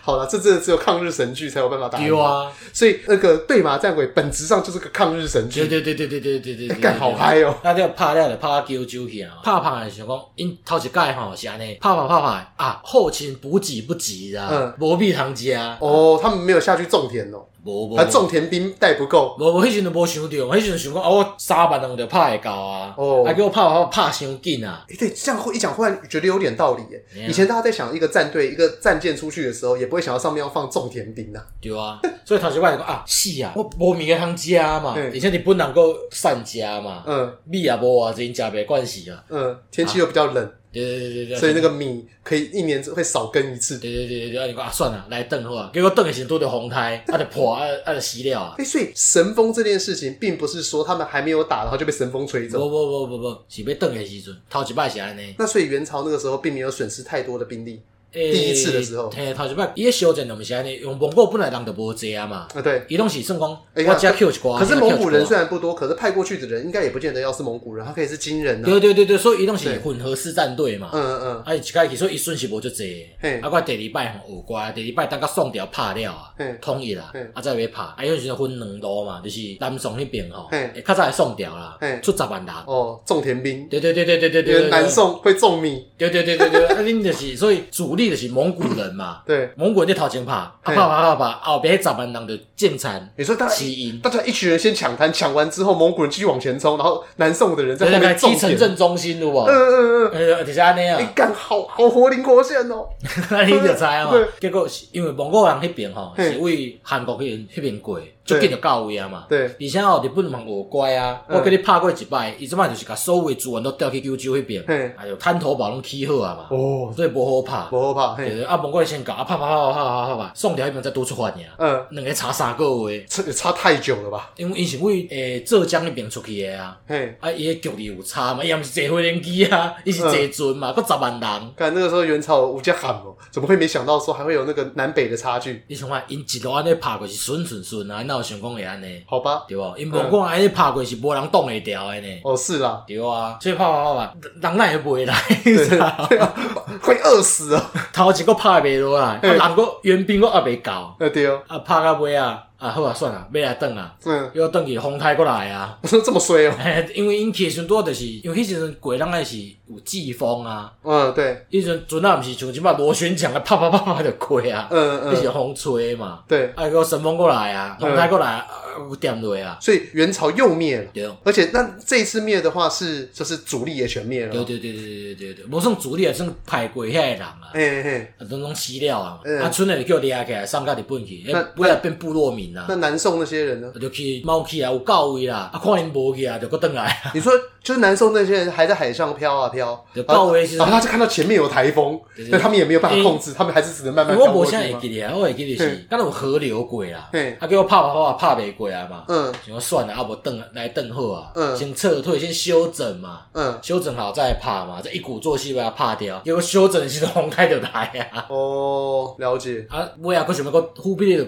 Speaker 1: 好了，这真的只有抗日神剧才有办法打赢
Speaker 2: 对，啊，
Speaker 1: 所以那个对马战鬼本质上就是个抗日神
Speaker 2: 对
Speaker 1: 剧，
Speaker 2: 对对对对对对对对，
Speaker 1: 干好嗨哦，
Speaker 2: 啊，了拍了就拍到九州去啊！拍拍的想讲，因头一届吼是安尼，拍拍拍拍啊，后勤补给不及啊
Speaker 1: 嗯，
Speaker 2: 无米通食啊，
Speaker 1: 哦，他们没有下去种田哦，
Speaker 2: 无无
Speaker 1: 还种田兵带不够，
Speaker 2: 无无，迄时阵无想到，迄时阵想讲，哦，我三万人就拍会到啊，
Speaker 1: 哦
Speaker 2: 啊，叫我拍拍拍伤紧啊，
Speaker 1: 哎，对，这样会一讲，忽然觉得有点道理耶。
Speaker 2: Yeah
Speaker 1: 以前大家在想一个战队、一个战舰出去的时候，也不会想到上面要放种田兵啊。[LAUGHS]
Speaker 2: 对啊，所以头一届就讲啊，是啊，我无物件通食嘛，
Speaker 1: 嗯
Speaker 2: 而且日本人够善食嘛，
Speaker 1: 嗯
Speaker 2: 米也无偌济，因食袂惯势啊，
Speaker 1: 嗯，天气又比较冷，
Speaker 2: 对对对对对，
Speaker 1: 所以那个米可以一年只会少耕一次。
Speaker 2: 对对对对对，啊，你讲啊，算了，来等好啊，结果等的时阵拄着风台，啊，就破啊啊就死了啊。
Speaker 1: 哎，所以神风这件事情，并不是说他们还没有打，然后就被神风吹
Speaker 2: 无
Speaker 1: [LAUGHS] 走。
Speaker 2: 无无无无，是要转的时阵，头一摆是安尼。
Speaker 1: 那所以元朝那个时候并没有损失太多的兵力
Speaker 2: 第
Speaker 1: 第一次的时候
Speaker 2: 嘿，头一摆伊个小阵就毋是安尼，用蒙古本来人就无济啊嘛，
Speaker 1: 啊。对，
Speaker 2: 伊拢是算讲
Speaker 1: 哎
Speaker 2: 我遮 Q 一寡，
Speaker 1: 可是
Speaker 2: 哦那
Speaker 1: 蒙古人
Speaker 2: 捡
Speaker 1: 虽然不多，可是派过去的人应该也不见得要是蒙古人，他可以是金人
Speaker 2: 一寡
Speaker 1: 啊。
Speaker 2: 对对对对，所以伊拢是
Speaker 1: 对
Speaker 2: 混合式战队嘛。
Speaker 1: 嗯嗯
Speaker 2: 啊，伊一开始所以伊损失无足济
Speaker 1: 嘿，
Speaker 2: 啊，我第二摆吼有乖，第二摆等甲宋朝拍了啊
Speaker 1: 嘿，
Speaker 2: 统一啊
Speaker 1: 嘿，
Speaker 2: 啊再要拍，啊，迄时阵分两路嘛，就是南宋迄边吼，
Speaker 1: 嘿
Speaker 2: 会较早的宋朝啦
Speaker 1: 嘿，
Speaker 2: 出十万人
Speaker 1: 嗯，，哦，种田兵，
Speaker 2: 对对对对对对对
Speaker 1: 因为
Speaker 2: 对，
Speaker 1: 南宋会种米。
Speaker 2: 对，对对对对，啊，恁就是所以主力就是蒙古人嘛，
Speaker 1: 对，
Speaker 2: 蒙古人在头前拍，啊拍
Speaker 1: 嘿
Speaker 2: 拍拍拍，后边十万人就进残
Speaker 1: 你说大家
Speaker 2: 起因，
Speaker 1: 大家一群人先抢滩，抢完之后蒙古人继续往前冲，然后南宋的人在后
Speaker 2: 那个
Speaker 1: 面种
Speaker 2: 基层
Speaker 1: 田。
Speaker 2: 镇中心有无？
Speaker 1: 嗯嗯嗯嗯，
Speaker 2: 呃，就是安尼
Speaker 1: 你
Speaker 2: 啊，
Speaker 1: 干好好活灵活现哦。
Speaker 2: [LAUGHS] 你就知啊嘛
Speaker 1: 对。
Speaker 2: 结果是因为蒙古人迄边吼，
Speaker 1: 嘿
Speaker 2: 是为韩国迄边迄边过，最紧就到位啊嘛。
Speaker 1: 对
Speaker 2: 而且吼，日本嘛有乖啊，我
Speaker 1: 嗯
Speaker 2: 跟你拍过一摆，伊即摆就是甲所有的资源都调去九州迄边
Speaker 1: 嘿，
Speaker 2: 哎呦，滩头堡拢起好啊嘛，
Speaker 1: 哦，
Speaker 2: 所以无好拍。
Speaker 1: 不后怕，
Speaker 2: 对
Speaker 1: 嘿，
Speaker 2: 对，啊，蒙古人先搞，啊，拍拍拍拍拍拍拍，宋朝迄边再多出发尔，
Speaker 1: 嗯，
Speaker 2: 两个差三个月。
Speaker 1: 差差太久了吧？
Speaker 2: 因为伊是为诶浙江迄边出去诶啊，
Speaker 1: 嘿，
Speaker 2: 啊伊诶局里有差嘛，伊也毋是坐飞轮机啊，伊是
Speaker 1: 嗯
Speaker 2: 坐船嘛，佮十万人。
Speaker 1: 看那个时候元朝有家喊哦，怎么会没想到说还会有那个南北的差距？
Speaker 2: 你想看，因一路安尼拍过是顺顺顺啊，哪有想讲会安尼？
Speaker 1: 好吧，
Speaker 2: 对无？因
Speaker 1: 嗯
Speaker 2: 无讲安尼拍过是无人挡会牢诶呢。
Speaker 1: 哦是啦，
Speaker 2: 对啊，所以拍拍拍拍，人哪会袂来？
Speaker 1: 对
Speaker 2: [LAUGHS] 是啊
Speaker 1: [LAUGHS] 对啊，会饿死啊！
Speaker 2: 头一个拍袂落来，啊
Speaker 1: 嘿
Speaker 2: 人个援兵我也袂到，
Speaker 1: 呃对哦，
Speaker 2: 啊拍到尾啊，啊好啊算啊，要来转啊，
Speaker 1: 嗯，
Speaker 2: 要转去风台过来啊。 [LAUGHS]
Speaker 1: 我说这么衰哦，
Speaker 2: 嘿，因为因去的时阵拄就是，因为迄时阵过人也是有季风啊，
Speaker 1: 嗯对，
Speaker 2: 迄阵船啊，毋是像即摆螺旋桨啊，啪啪啪啪就过啊，
Speaker 1: 嗯
Speaker 2: 迄是
Speaker 1: 嗯，
Speaker 2: 风吹的嘛，
Speaker 1: 对，
Speaker 2: 啊，个神风过来啊，
Speaker 1: 嗯
Speaker 2: 风台过来啊，啊有点落啊，
Speaker 1: 所以元朝又灭了。
Speaker 2: 对，
Speaker 1: 而且那这一次灭的话是就是主力也全灭了，
Speaker 2: 对对对对对对对，无算主力也算派过遐个人啊，
Speaker 1: 嘿嘿嘿，
Speaker 2: 啊，拢拢死了啊，
Speaker 1: 嗯
Speaker 2: 啊，剩诶就叫掠起来送到日本去，
Speaker 1: 那
Speaker 2: 迄尾啊变部落民啊
Speaker 1: 那，南宋那些人呢？
Speaker 2: 就去猫去啊，有到位啦，啊，看因无去啊，就搁倒来
Speaker 1: [LAUGHS]
Speaker 2: 啊，
Speaker 1: 你说就是南宋那些人还在海上飘啊飘，
Speaker 2: 就
Speaker 1: 然
Speaker 2: 到
Speaker 1: 后
Speaker 2: 位是
Speaker 1: 然后。他就看到前面有台风
Speaker 2: 对哎对，对
Speaker 1: 但他们也没有办法控制，他们还是只能慢慢
Speaker 2: 我
Speaker 1: 飘
Speaker 2: 无
Speaker 1: 过
Speaker 2: 啥
Speaker 1: 去
Speaker 2: 会
Speaker 1: 嘛。
Speaker 2: 记啊咧，我会记咧是
Speaker 1: 啊嘿，
Speaker 2: 敢若有河流过啦
Speaker 1: 嘿，
Speaker 2: 啊叫我拍拍拍拍袂过啊嘛，
Speaker 1: 嗯
Speaker 2: 想讲算了，啊无等来等好啊，
Speaker 1: 嗯
Speaker 2: 先撤退，先休整嘛，
Speaker 1: 嗯，
Speaker 2: 休整好再拍嘛，这一鼓作气把它拍掉，结果休整的时阵红开就来啊，
Speaker 1: 哦，了解。
Speaker 2: 啊尾啊，佫想要佫忽必烈就，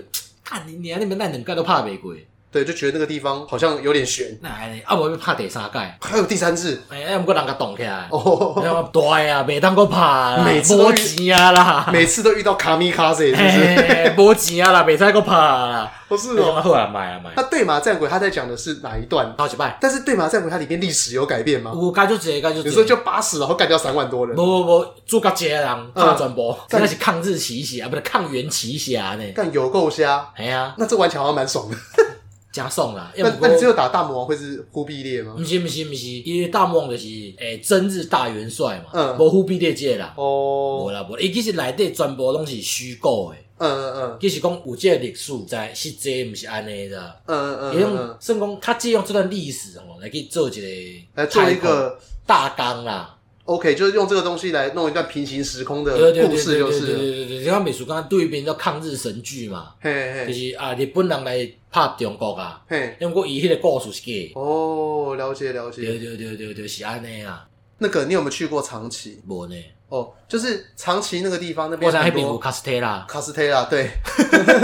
Speaker 2: 干你娘，你们那两届都拍袂过，
Speaker 1: 对，就觉得那个地方好像有点悬。
Speaker 2: 那安尼，啊无要拍第三届。
Speaker 1: 还有第三次
Speaker 2: 哎、欸，毋过人甲动起来，
Speaker 1: 哦， [LAUGHS]
Speaker 2: 那么大啊，袂当阁拍啦，
Speaker 1: 每次都
Speaker 2: 无钱啊啦，
Speaker 1: 每次都遇到卡米卡塞，是不是？ [LAUGHS]
Speaker 2: 嘿无钱啊啦，袂使阁拍啦。
Speaker 1: 不是
Speaker 2: 我
Speaker 1: 哦。
Speaker 2: 好啊，买啊买
Speaker 1: 那，对马战鬼他在讲的是哪一段？
Speaker 2: 头一摆，
Speaker 1: 但是对马战鬼它里面历史有改变吗？
Speaker 2: 有加就一个，加
Speaker 1: 有
Speaker 2: 就
Speaker 1: 时候
Speaker 2: 一个。
Speaker 1: 就八十，然后干掉三万多人
Speaker 2: 无，无无，主角一个人大转播，
Speaker 1: 嗯
Speaker 2: 那是抗日奇侠，不是抗元奇侠呢。
Speaker 1: 干有够瞎。
Speaker 2: 哎呀，
Speaker 1: 那这玩起来好像蛮爽的。
Speaker 2: 真爽啦！要
Speaker 1: 那
Speaker 2: 不
Speaker 1: 那
Speaker 2: 过
Speaker 1: 你只有打大魔王会是忽必烈吗？
Speaker 2: 毋是毋是毋是，伊大梦就是诶、真日大元帅嘛，
Speaker 1: 嗯
Speaker 2: 无忽必烈这个人，无
Speaker 1: 哦，
Speaker 2: 啦无啦，伊其实内底全部拢是虚构诶，
Speaker 1: 嗯嗯
Speaker 2: 其实讲有这个历史在，实际毋是安尼的
Speaker 1: 嗯，嗯嗯
Speaker 2: 伊用
Speaker 1: 嗯嗯，
Speaker 2: 算讲他借用这段历史吼来去做一个
Speaker 1: 来做一
Speaker 2: title
Speaker 1: 个
Speaker 2: 大纲啦，
Speaker 1: OK，就是用这个东西来弄一段平行时空的
Speaker 2: 对对
Speaker 1: 呃故
Speaker 2: 对对
Speaker 1: 事，
Speaker 2: 对
Speaker 1: 就
Speaker 2: 对对
Speaker 1: 是了。
Speaker 2: 对对，你看美术刚对面叫抗日神剧嘛，
Speaker 1: 嘿嘿
Speaker 2: 就是啊日本人来拍中国啊，
Speaker 1: 嘿，
Speaker 2: 因为伊迄个故事是假的，
Speaker 1: 哦，了解了
Speaker 2: 对
Speaker 1: 解。
Speaker 2: 对对对对是安尼啊，
Speaker 1: 那个你有没有去过长崎？
Speaker 2: 无呢，
Speaker 1: 哦，就是长崎那个地方，那
Speaker 2: 我
Speaker 1: 边
Speaker 2: 知迄
Speaker 1: 很
Speaker 2: 边有
Speaker 1: 多
Speaker 2: 卡斯特啦。
Speaker 1: 卡斯特拉，对，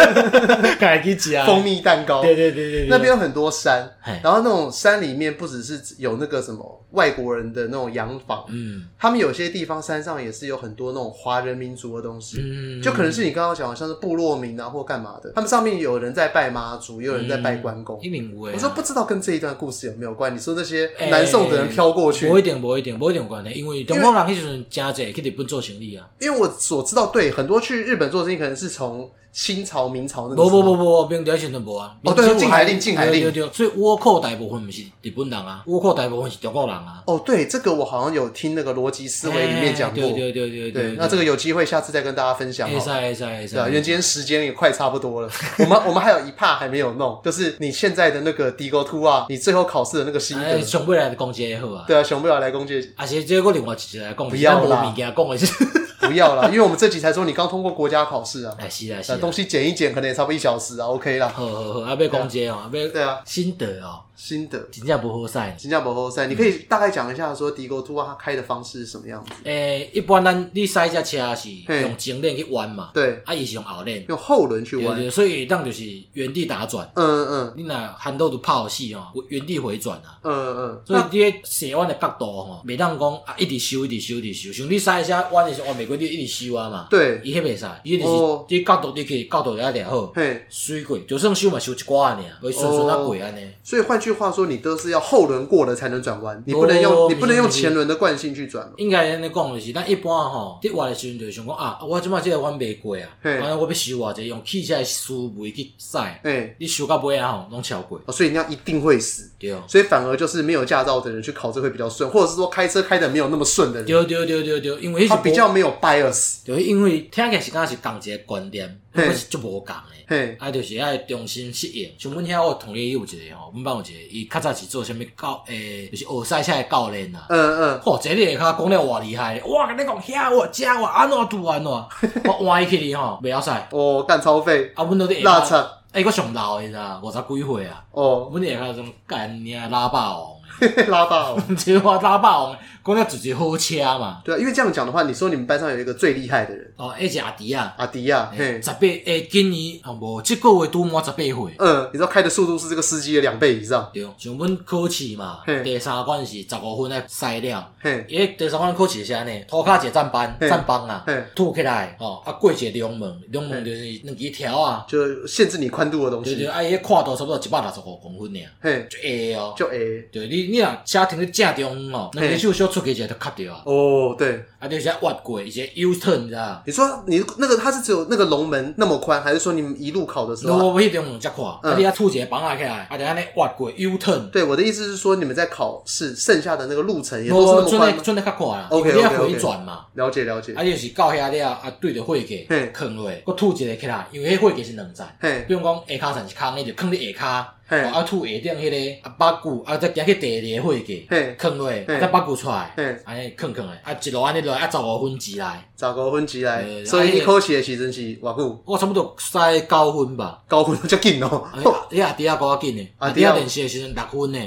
Speaker 2: [LAUGHS] 改去食
Speaker 1: 蜂蜜蛋糕。
Speaker 2: 对对对对，对
Speaker 1: 那边有很多山，
Speaker 2: 嘿
Speaker 1: 然后那种山里面不只是有那个什么外国人的那种洋房，
Speaker 2: 嗯
Speaker 1: 他们有些地方山上也是有很多那种华人民族的东西。
Speaker 2: 嗯，
Speaker 1: 就可能是你刚刚讲的，像是部落民啊，或干嘛的，他们上面有人在拜妈祖，也有人在
Speaker 2: 嗯
Speaker 1: 拜关公。
Speaker 2: 一名有诶。啊
Speaker 1: 我说不知道跟这一段故事有没有关？你说那些
Speaker 2: 哎
Speaker 1: 南宋的人飘过去，
Speaker 2: 无一定，无一定，无一定有关系，因为中国人迄时阵真济去日本做生意啊。
Speaker 1: 因为我所知道，对很多去日本做生意，可能是从清朝、明朝那个
Speaker 2: 无
Speaker 1: 时候。
Speaker 2: 无无无，明朝迄时阵无啊。
Speaker 1: 哦对
Speaker 2: 明朝
Speaker 1: 禁海令禁海令
Speaker 2: 对对对，所以倭寇大部分毋是日本人啊，倭寇大部分是中国人啊。
Speaker 1: 哦，对，这个我好像有听那个逻辑思维里面讲过。
Speaker 2: 哎对对对
Speaker 1: 对
Speaker 2: 对，哎嗯
Speaker 1: 那这个有机会下次再跟大家分享
Speaker 2: 会使
Speaker 1: 哦。
Speaker 2: 会使会使
Speaker 1: 对啊，因为今天时间也快差不多了， [LAUGHS] 我们我们还有一 part 还没有弄，就是你现在的那个 D Go Two 啊，你最后考试的那个心
Speaker 2: 哎，
Speaker 1: 得。
Speaker 2: 上尾来讲一个好啊。
Speaker 1: 对啊，熊不要来攻击，
Speaker 2: 啊，是这个另外一个来讲，
Speaker 1: 不要啦
Speaker 2: 是咱无物件讲的是， [LAUGHS]，
Speaker 1: 不要啦，因为 [LAUGHS] 我们这集才说你刚通过国家考试啊
Speaker 2: 哎是啊是
Speaker 1: 那
Speaker 2: 啊。
Speaker 1: 东西剪一剪可能也差不多一小时啊，OK 啦。
Speaker 2: 好好好，啊要讲这个哦，
Speaker 1: 对
Speaker 2: 要
Speaker 1: 啊，
Speaker 2: 心得哦，
Speaker 1: 心得。
Speaker 2: 真正无好使。
Speaker 1: 新加坡后赛，你可以大概讲一下说迪 Go Two 啊，它开的方式是什么样子？
Speaker 2: 诶、一般咱你驶只车是
Speaker 1: 嘿
Speaker 2: 用前链去弯嘛，
Speaker 1: 对，
Speaker 2: 啊，伊是用后链，
Speaker 1: 用后轮去
Speaker 2: 对
Speaker 1: 玩。
Speaker 2: 对，所以当就是原地打转。
Speaker 1: 嗯嗯
Speaker 2: 你若handle 都炮死哦，原地回转啊。
Speaker 1: 嗯嗯嗯。
Speaker 2: 所以
Speaker 1: 那
Speaker 2: 你咧斜弯的角度吼，袂当讲啊，一直修，一直修，一直修。像你驶车弯的时候，哦，美国你一直修啊嘛，
Speaker 1: 对，
Speaker 2: 伊迄袂使，伊就是、
Speaker 1: 哦
Speaker 2: 你角度你去角度也定好，
Speaker 1: 嘿，
Speaker 2: 水过，就算修嘛修一寡尔，袂顺顺啊过安尼。
Speaker 1: 所以换句话说，你都是要后轮过了才能转弯，你不能
Speaker 2: 哦
Speaker 1: 用你不能用
Speaker 2: 不行
Speaker 1: 前轮的惯性去转嘛。
Speaker 2: 应该安尼讲就是，咱一般吼，伫活的时阵就会想讲啊，我即摆即个弯袂过啊，
Speaker 1: 嘿
Speaker 2: 安尼我要修偌济，用汽车的思维去驶，
Speaker 1: 哎，
Speaker 2: 你修到尾啊吼，拢超过，
Speaker 1: 哦所以你要一定会死。
Speaker 2: 对。
Speaker 1: 所以反而就是没有驾照的人去考这会比较顺，或者是说开车开的没有那么顺的人，
Speaker 2: 对对对对对，因为迄
Speaker 1: 他
Speaker 2: 是
Speaker 1: 比较，没有 bias。
Speaker 2: 就是因为听起来是敢若是共一个观念，
Speaker 1: 嘿
Speaker 2: 我是足无共诶。
Speaker 1: 嘿，
Speaker 2: 啊，就是爱重新适应。像阮遐，我同学伊有一个吼，阮班有一个，伊较早是做啥物教诶，就是学赛车的教练啦。
Speaker 1: 嗯嗯，
Speaker 2: 吼，这你会较讲了偌厉害，我甲你讲遐我遮我安怎拄安怎，我换伊去哩吼，袂晓使。啊，
Speaker 1: 哦，干超费，
Speaker 2: 阮都伫
Speaker 1: 辣惨，
Speaker 2: 哎，我上老的啦，五十几岁啊，
Speaker 1: 哦， [LAUGHS]
Speaker 2: 阮会较种干你啊拉霸王的， [LAUGHS]
Speaker 1: 拉霸哦。
Speaker 2: 即我拉霸王的，讲了就是好车嘛。
Speaker 1: 对啊，因为这样讲的话，你说你们班上有一个最厉害的人，
Speaker 2: 哦，迄是阿迪啊，
Speaker 1: 阿迪亚，嘿
Speaker 2: 嘿，十八诶，今年哦无，即个月拄满十八岁。
Speaker 1: 嗯，你知道开的速度是这个司机的两倍以上，
Speaker 2: 对，像阮考试嘛，
Speaker 1: 嘿
Speaker 2: 第三关是十五分的赛了。
Speaker 1: 嘿，
Speaker 2: 伊第三关考试是安尼，涂骹一个站班，
Speaker 1: 嘿
Speaker 2: 站帮啊
Speaker 1: 嘿，
Speaker 2: 吐起来，吼，啊过一个龙门，龙门就是两支条啊，
Speaker 1: 就限制你宽度的东
Speaker 2: 对对，
Speaker 1: 西，
Speaker 2: 啊伊迄跨度差不多一百六十五公分尔，
Speaker 1: 嘿，
Speaker 2: 就会哦。
Speaker 1: 就 A，
Speaker 2: 对你，你若车停咧正中央哦，两
Speaker 1: 嘿
Speaker 2: 只手小出去一下就卡着啊，
Speaker 1: 哦，对，
Speaker 2: 啊就是遐越过，伊是 U turn 你知道吗？
Speaker 1: 你说你那个它是只有那个龙门那么宽，还是说你们一路考的时候啊、
Speaker 2: 我我迄中央才看，啊
Speaker 1: 嗯
Speaker 2: 你遐吐一个房仔起来，啊就安尼越过 U turn，
Speaker 1: 对，我的意思是说，你们在考试剩下的那个路程也都是那
Speaker 2: 我
Speaker 1: 么
Speaker 2: 准
Speaker 1: 宽
Speaker 2: 咧
Speaker 1: 吗？
Speaker 2: 准咧较快啦，因
Speaker 1: OK，
Speaker 2: 为你要
Speaker 1: OK，OK
Speaker 2: 回转嘛。
Speaker 1: 了解了解
Speaker 2: 啊，，你就是到遐了啊，对着火架
Speaker 1: 嘿
Speaker 2: 囥落，佮吐一个起来，因为迄火架是两层，
Speaker 1: 嘿，
Speaker 2: 比如讲下骹层是空的，就囥伫下
Speaker 1: 嘿
Speaker 2: 骹，哦啊吐下顶迄个啊八骨，啊再行去第二个火架
Speaker 1: 嘿，
Speaker 2: 囥落，
Speaker 1: 嘿
Speaker 2: 啊再八骨出来
Speaker 1: 嘿，
Speaker 2: 安尼囥囥的，啊一路安尼落啊十五分之内，
Speaker 1: 找高分级来，
Speaker 2: 对
Speaker 1: 所
Speaker 2: 啊
Speaker 1: 以
Speaker 2: 那
Speaker 1: 你
Speaker 2: 个
Speaker 1: 考试的时阵是偌久？
Speaker 2: 我差不多使九分吧。
Speaker 1: 高分就紧哦，
Speaker 2: 啊你阿弟仔较紧呢，
Speaker 1: 阿
Speaker 2: 阿
Speaker 1: 弟
Speaker 2: 弟
Speaker 1: 仔
Speaker 2: 仔练习的时阵六分呢，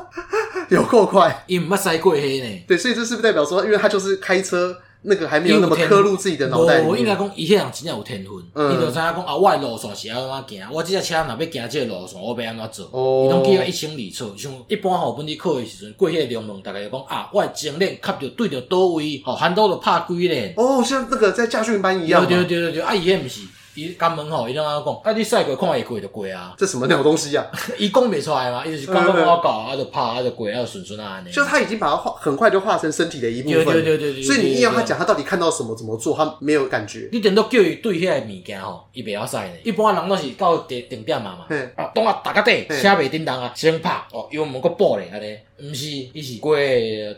Speaker 1: [LAUGHS] 有够快。
Speaker 2: 伊毋捌使过迄呢。
Speaker 1: 对，所以这是不是代表说，因为他就是开车那个还没有那么刻入自己的脑袋里
Speaker 2: 无应该
Speaker 1: 面。
Speaker 2: 讲伊迄人真正有天分，伊、
Speaker 1: 嗯
Speaker 2: 就知影讲啊，我的路线是要安怎行，我即只车若要行即个路线，我要安怎做，
Speaker 1: 哦
Speaker 2: 伊拢记啊一清二楚。像一般吼，本地考的时阵，过迄个龙门，大概就讲啊，我的精力吸着对着倒位，吼、反倒就拍几咧。
Speaker 1: 哦，像那个在驾训班一样
Speaker 2: 对
Speaker 1: 嘛，
Speaker 2: 对对对对，啊伊迄毋是，伊甲问吼，伊拢安怎讲，啊你赛过看会过就过啊，
Speaker 1: 这什么鸟东西
Speaker 2: [LAUGHS]
Speaker 1: 呀、
Speaker 2: 伊讲袂出来嘛，伊就是讲
Speaker 1: 嗯嗯
Speaker 2: 讲我搞，啊就拍啊就过，啊就顺顺啊安尼。
Speaker 1: 就是他已经把它化，很快就化成身体的一部分。
Speaker 2: 对对对对对
Speaker 1: 所以你硬要他
Speaker 2: 对对对
Speaker 1: 讲他到底看到什么，怎么做，他没有感觉。
Speaker 2: 你顶多叫伊对迄个物件吼，伊袂晓使呢。一般人拢是到定定点嘛嘛
Speaker 1: 嘿，
Speaker 2: 啊，当啊打个底，
Speaker 1: 嘿
Speaker 2: 车袂叮当啊，先拍哦，油门个补咧安尼，毋是，伊是过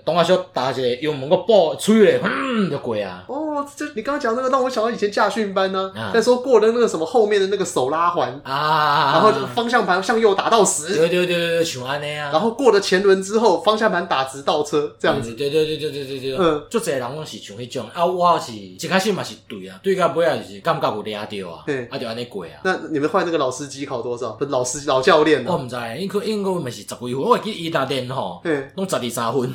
Speaker 2: 当啊小打一个油门个补吹咧，嗯就过啊。
Speaker 1: 哦，这你刚刚讲那个让我想到以前驾训班呢、
Speaker 2: 啊
Speaker 1: 那时候过的那个什么后面的那个手拉环，
Speaker 2: 啊，
Speaker 1: 然后就方向盘向右打到十、
Speaker 2: 对对对对对，像安尼啊，
Speaker 1: 然后过了前轮之后，方向盘打直倒车这样子。
Speaker 2: 嗯对对对对对对对，
Speaker 1: 嗯
Speaker 2: 足侪人拢是像迄种啊，我是一开始嘛是对啊，对到尾啊就是感觉有抓着啊
Speaker 1: 嘿，
Speaker 2: 啊就安尼过啊。
Speaker 1: 那你们换那个老司机考多少？不是老司老教练呢、
Speaker 2: 我毋知道，因可因可嘛是十几分，我会记伊搭练吼，
Speaker 1: 对，
Speaker 2: 拢十二三分。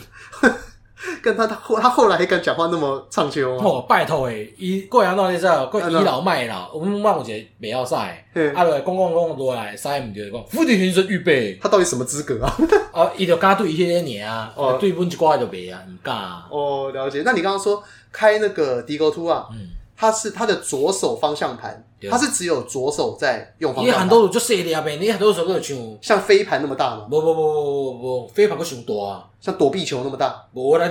Speaker 1: 跟他他后他后来还敢讲话那么唱秋吗？
Speaker 2: [LAUGHS] 哦，拜托诶，伊过安怎你知道？过
Speaker 1: 安
Speaker 2: 倚
Speaker 1: 怎
Speaker 2: 老卖老，阮阮有一个袂晓赛，
Speaker 1: 嘿
Speaker 2: 啊，落讲讲讲落来，赛毋对讲，釜底先生预备，
Speaker 1: 他到底什么资格啊？
Speaker 2: 啊，伊就敢对伊迄个尔啊
Speaker 1: 哦，
Speaker 2: 对阮一寡就袂啊，毋敢啊，
Speaker 1: 哦，了解。那你刚刚说开那个迪沟突啊，
Speaker 2: 嗯，
Speaker 1: 他是他的左手方向盘，
Speaker 2: 对
Speaker 1: 他是只有左手在用方
Speaker 2: 伊
Speaker 1: 向
Speaker 2: 很
Speaker 1: 盘，
Speaker 2: 多就细粒诶，你很多时候就像，无
Speaker 1: 像飞盘那么大吗？
Speaker 2: 无无无无无，飞盘佫伤大，啊
Speaker 1: 像躲避球那么大？
Speaker 2: 无咱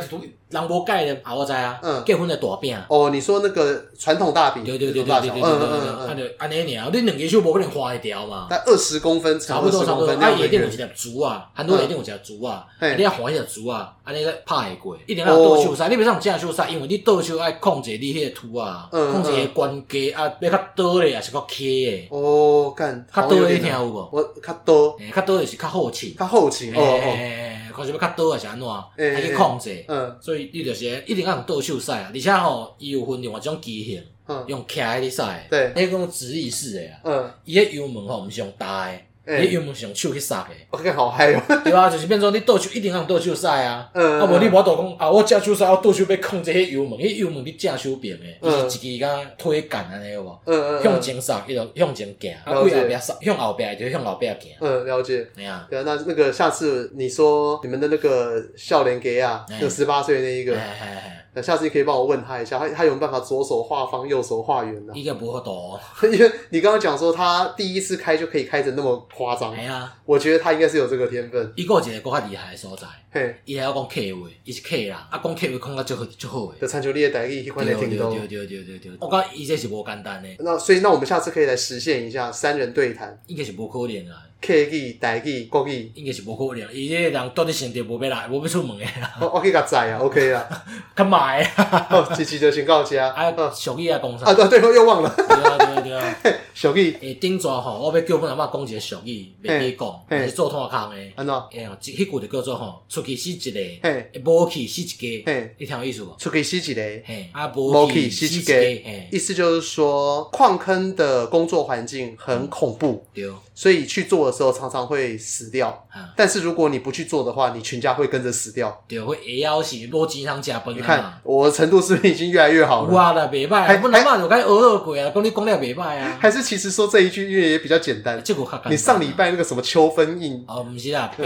Speaker 2: 人无改咧，啊我知啊
Speaker 1: 嗯，
Speaker 2: 结婚诶大饼。
Speaker 1: 哦，你说那个传统大饼，
Speaker 2: 对对对对
Speaker 1: 那
Speaker 2: 对
Speaker 1: 种
Speaker 2: 对对
Speaker 1: 大小
Speaker 2: 对，
Speaker 1: 嗯嗯嗯
Speaker 2: 啊
Speaker 1: 嗯，
Speaker 2: 就安尼尔，你两个手无可能花会掉嘛。
Speaker 1: 但二十公分，
Speaker 2: 差不多
Speaker 1: 20
Speaker 2: 差不
Speaker 1: 公
Speaker 2: 多，
Speaker 1: 分
Speaker 2: 啊，
Speaker 1: 那
Speaker 2: 伊
Speaker 1: 样
Speaker 2: 一定有一
Speaker 1: 远。
Speaker 2: 粒珠啊，很多人一定有一粒珠啊，
Speaker 1: 嘿
Speaker 2: 你要换一粒珠啊，安尼才拍会过。一定要
Speaker 1: 哦
Speaker 2: 倒手赛，你别上正手赛，因为你倒手爱控制你迄个突啊，
Speaker 1: 嗯
Speaker 2: 控制迄个关节啊，要较倒咧，还是较起咧，
Speaker 1: 哦，干，
Speaker 2: 较
Speaker 1: 好
Speaker 2: 倒
Speaker 1: 像有
Speaker 2: 你
Speaker 1: 点
Speaker 2: 听
Speaker 1: 难
Speaker 2: 有无？
Speaker 1: 我较多，
Speaker 2: 诶，较倒就是较好气，
Speaker 1: 较后勤。哦
Speaker 2: 哎
Speaker 1: 哦，
Speaker 2: 诶，可是要较倒还是安怎？
Speaker 1: 嘿
Speaker 2: 还去控制。
Speaker 1: 嗯
Speaker 2: 所以你就是一定要用倒手赛啊，而且吼，伊有分另外一种机型，
Speaker 1: 嗯
Speaker 2: 用徛咧赛，
Speaker 1: 对
Speaker 2: 迄种直立式诶啊，
Speaker 1: 嗯，
Speaker 2: 伊迄油门吼毋是用打诶，
Speaker 1: 哎
Speaker 2: 伊油门是用手去刹诶。
Speaker 1: 我看好嗨哦。
Speaker 2: [LAUGHS] 对啊，就是变做你倒手一定要倒手赛啊，
Speaker 1: 嗯
Speaker 2: 啊无你无倒讲啊，我正手赛，我倒手要控制迄油门，迄油门你正手边的，
Speaker 1: 嗯
Speaker 2: 伊是一支敢推杆安尼有无？
Speaker 1: 嗯嗯，嗯嗯
Speaker 2: 向。前刹，伊就向前行，啊，
Speaker 1: 了
Speaker 2: 为
Speaker 1: 解
Speaker 2: 后壁刹，向后壁就向后壁行，
Speaker 1: 嗯，了解。
Speaker 2: 哎呀，
Speaker 1: 对啊，那那个下次你说你们的那个笑脸给啊，
Speaker 2: 哎
Speaker 1: 那十八岁那一
Speaker 2: 哎
Speaker 1: 个，
Speaker 2: 哎哎，
Speaker 1: 那下次你可以帮我问他一下，他他有没有办法左手画方，右手画圆呢、
Speaker 2: 应该无法度，
Speaker 1: [LAUGHS] 因为你刚刚讲说他第一次开就可以开成那么夸张
Speaker 2: 哎，呀，
Speaker 1: 我觉得他应该是有这个天分。
Speaker 2: 伊个有一个更较厉害的所在，
Speaker 1: 嘿，
Speaker 2: 伊还晓讲客话，伊是客人，啊讲客话讲到足好足好
Speaker 1: 的
Speaker 2: 的，
Speaker 1: 残球力的代力一块
Speaker 2: 对
Speaker 1: 在
Speaker 2: 对
Speaker 1: 听到。
Speaker 2: 对对对对对，我感觉伊这是无简单的，
Speaker 1: 那所以，那我们下次可以来实现一下三人对谈
Speaker 2: 应该是无可能啊，
Speaker 1: ，K G 代力国语，
Speaker 2: 应该是无可能，伊这个人到底成绩无要来，无要出门的 [LAUGHS] 啦，
Speaker 1: 我我可以甲载啊，OK
Speaker 2: [LAUGHS]
Speaker 1: 啦。
Speaker 2: 较买啊。
Speaker 1: 好，这期就先到这啊。
Speaker 2: 啊，
Speaker 1: 啊
Speaker 2: 俗语啊，讲啥？
Speaker 1: 啊， [LAUGHS] 对对，我又忘了，
Speaker 2: 对啊，对啊，对啊。
Speaker 1: 小 G
Speaker 2: 诶，顶逝吼，我要叫阮阿嬷讲一个俗语，袂记
Speaker 1: 嘿
Speaker 2: 讲，是做炭空诶。
Speaker 1: 安怎？
Speaker 2: 哎呀，即迄句就叫做吼，出去死一
Speaker 1: 嘿
Speaker 2: 个，无去死一家
Speaker 1: 嘿，
Speaker 2: 你听有意思无？
Speaker 1: 出去洗一个。
Speaker 2: 嘿，啊，
Speaker 1: m o
Speaker 2: 无
Speaker 1: k
Speaker 2: 去
Speaker 1: 西
Speaker 2: 死
Speaker 1: 奇
Speaker 2: 一
Speaker 1: 给，
Speaker 2: 家，嘿
Speaker 1: 意，思就是说矿坑的工作环境很恐怖，
Speaker 2: 对，
Speaker 1: 所以去做的时候常常会死掉。
Speaker 2: 啊，
Speaker 1: 但是如果你不去做的话，你全家会跟着死掉。
Speaker 2: 对，会会晓是无钱通食饭
Speaker 1: 你
Speaker 2: 啊
Speaker 1: 看
Speaker 2: 嘛。
Speaker 1: 我的程度是不是已经越来越好
Speaker 2: 有
Speaker 1: 了？
Speaker 2: 啊啦，袂歹
Speaker 1: 还
Speaker 2: 啊，阮阿嬷就甲伊学学过啊，讲你讲了袂歹啊。
Speaker 1: 还是其实说这一句因为也比较简单。
Speaker 2: 即个较简单。啊
Speaker 1: 你上礼？拜那个嗯什么秋分印，
Speaker 2: 哦，毋是啦，白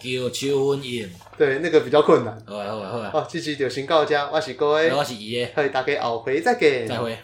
Speaker 2: 鹭叫秋分影。
Speaker 1: 对那个比较困难。哦
Speaker 2: 好啊，好啊，好啊。啊
Speaker 1: 哦，这期就先告家，我是各位，
Speaker 2: 我是伊诶，
Speaker 1: 嘿，大家后回再见，
Speaker 2: 再会。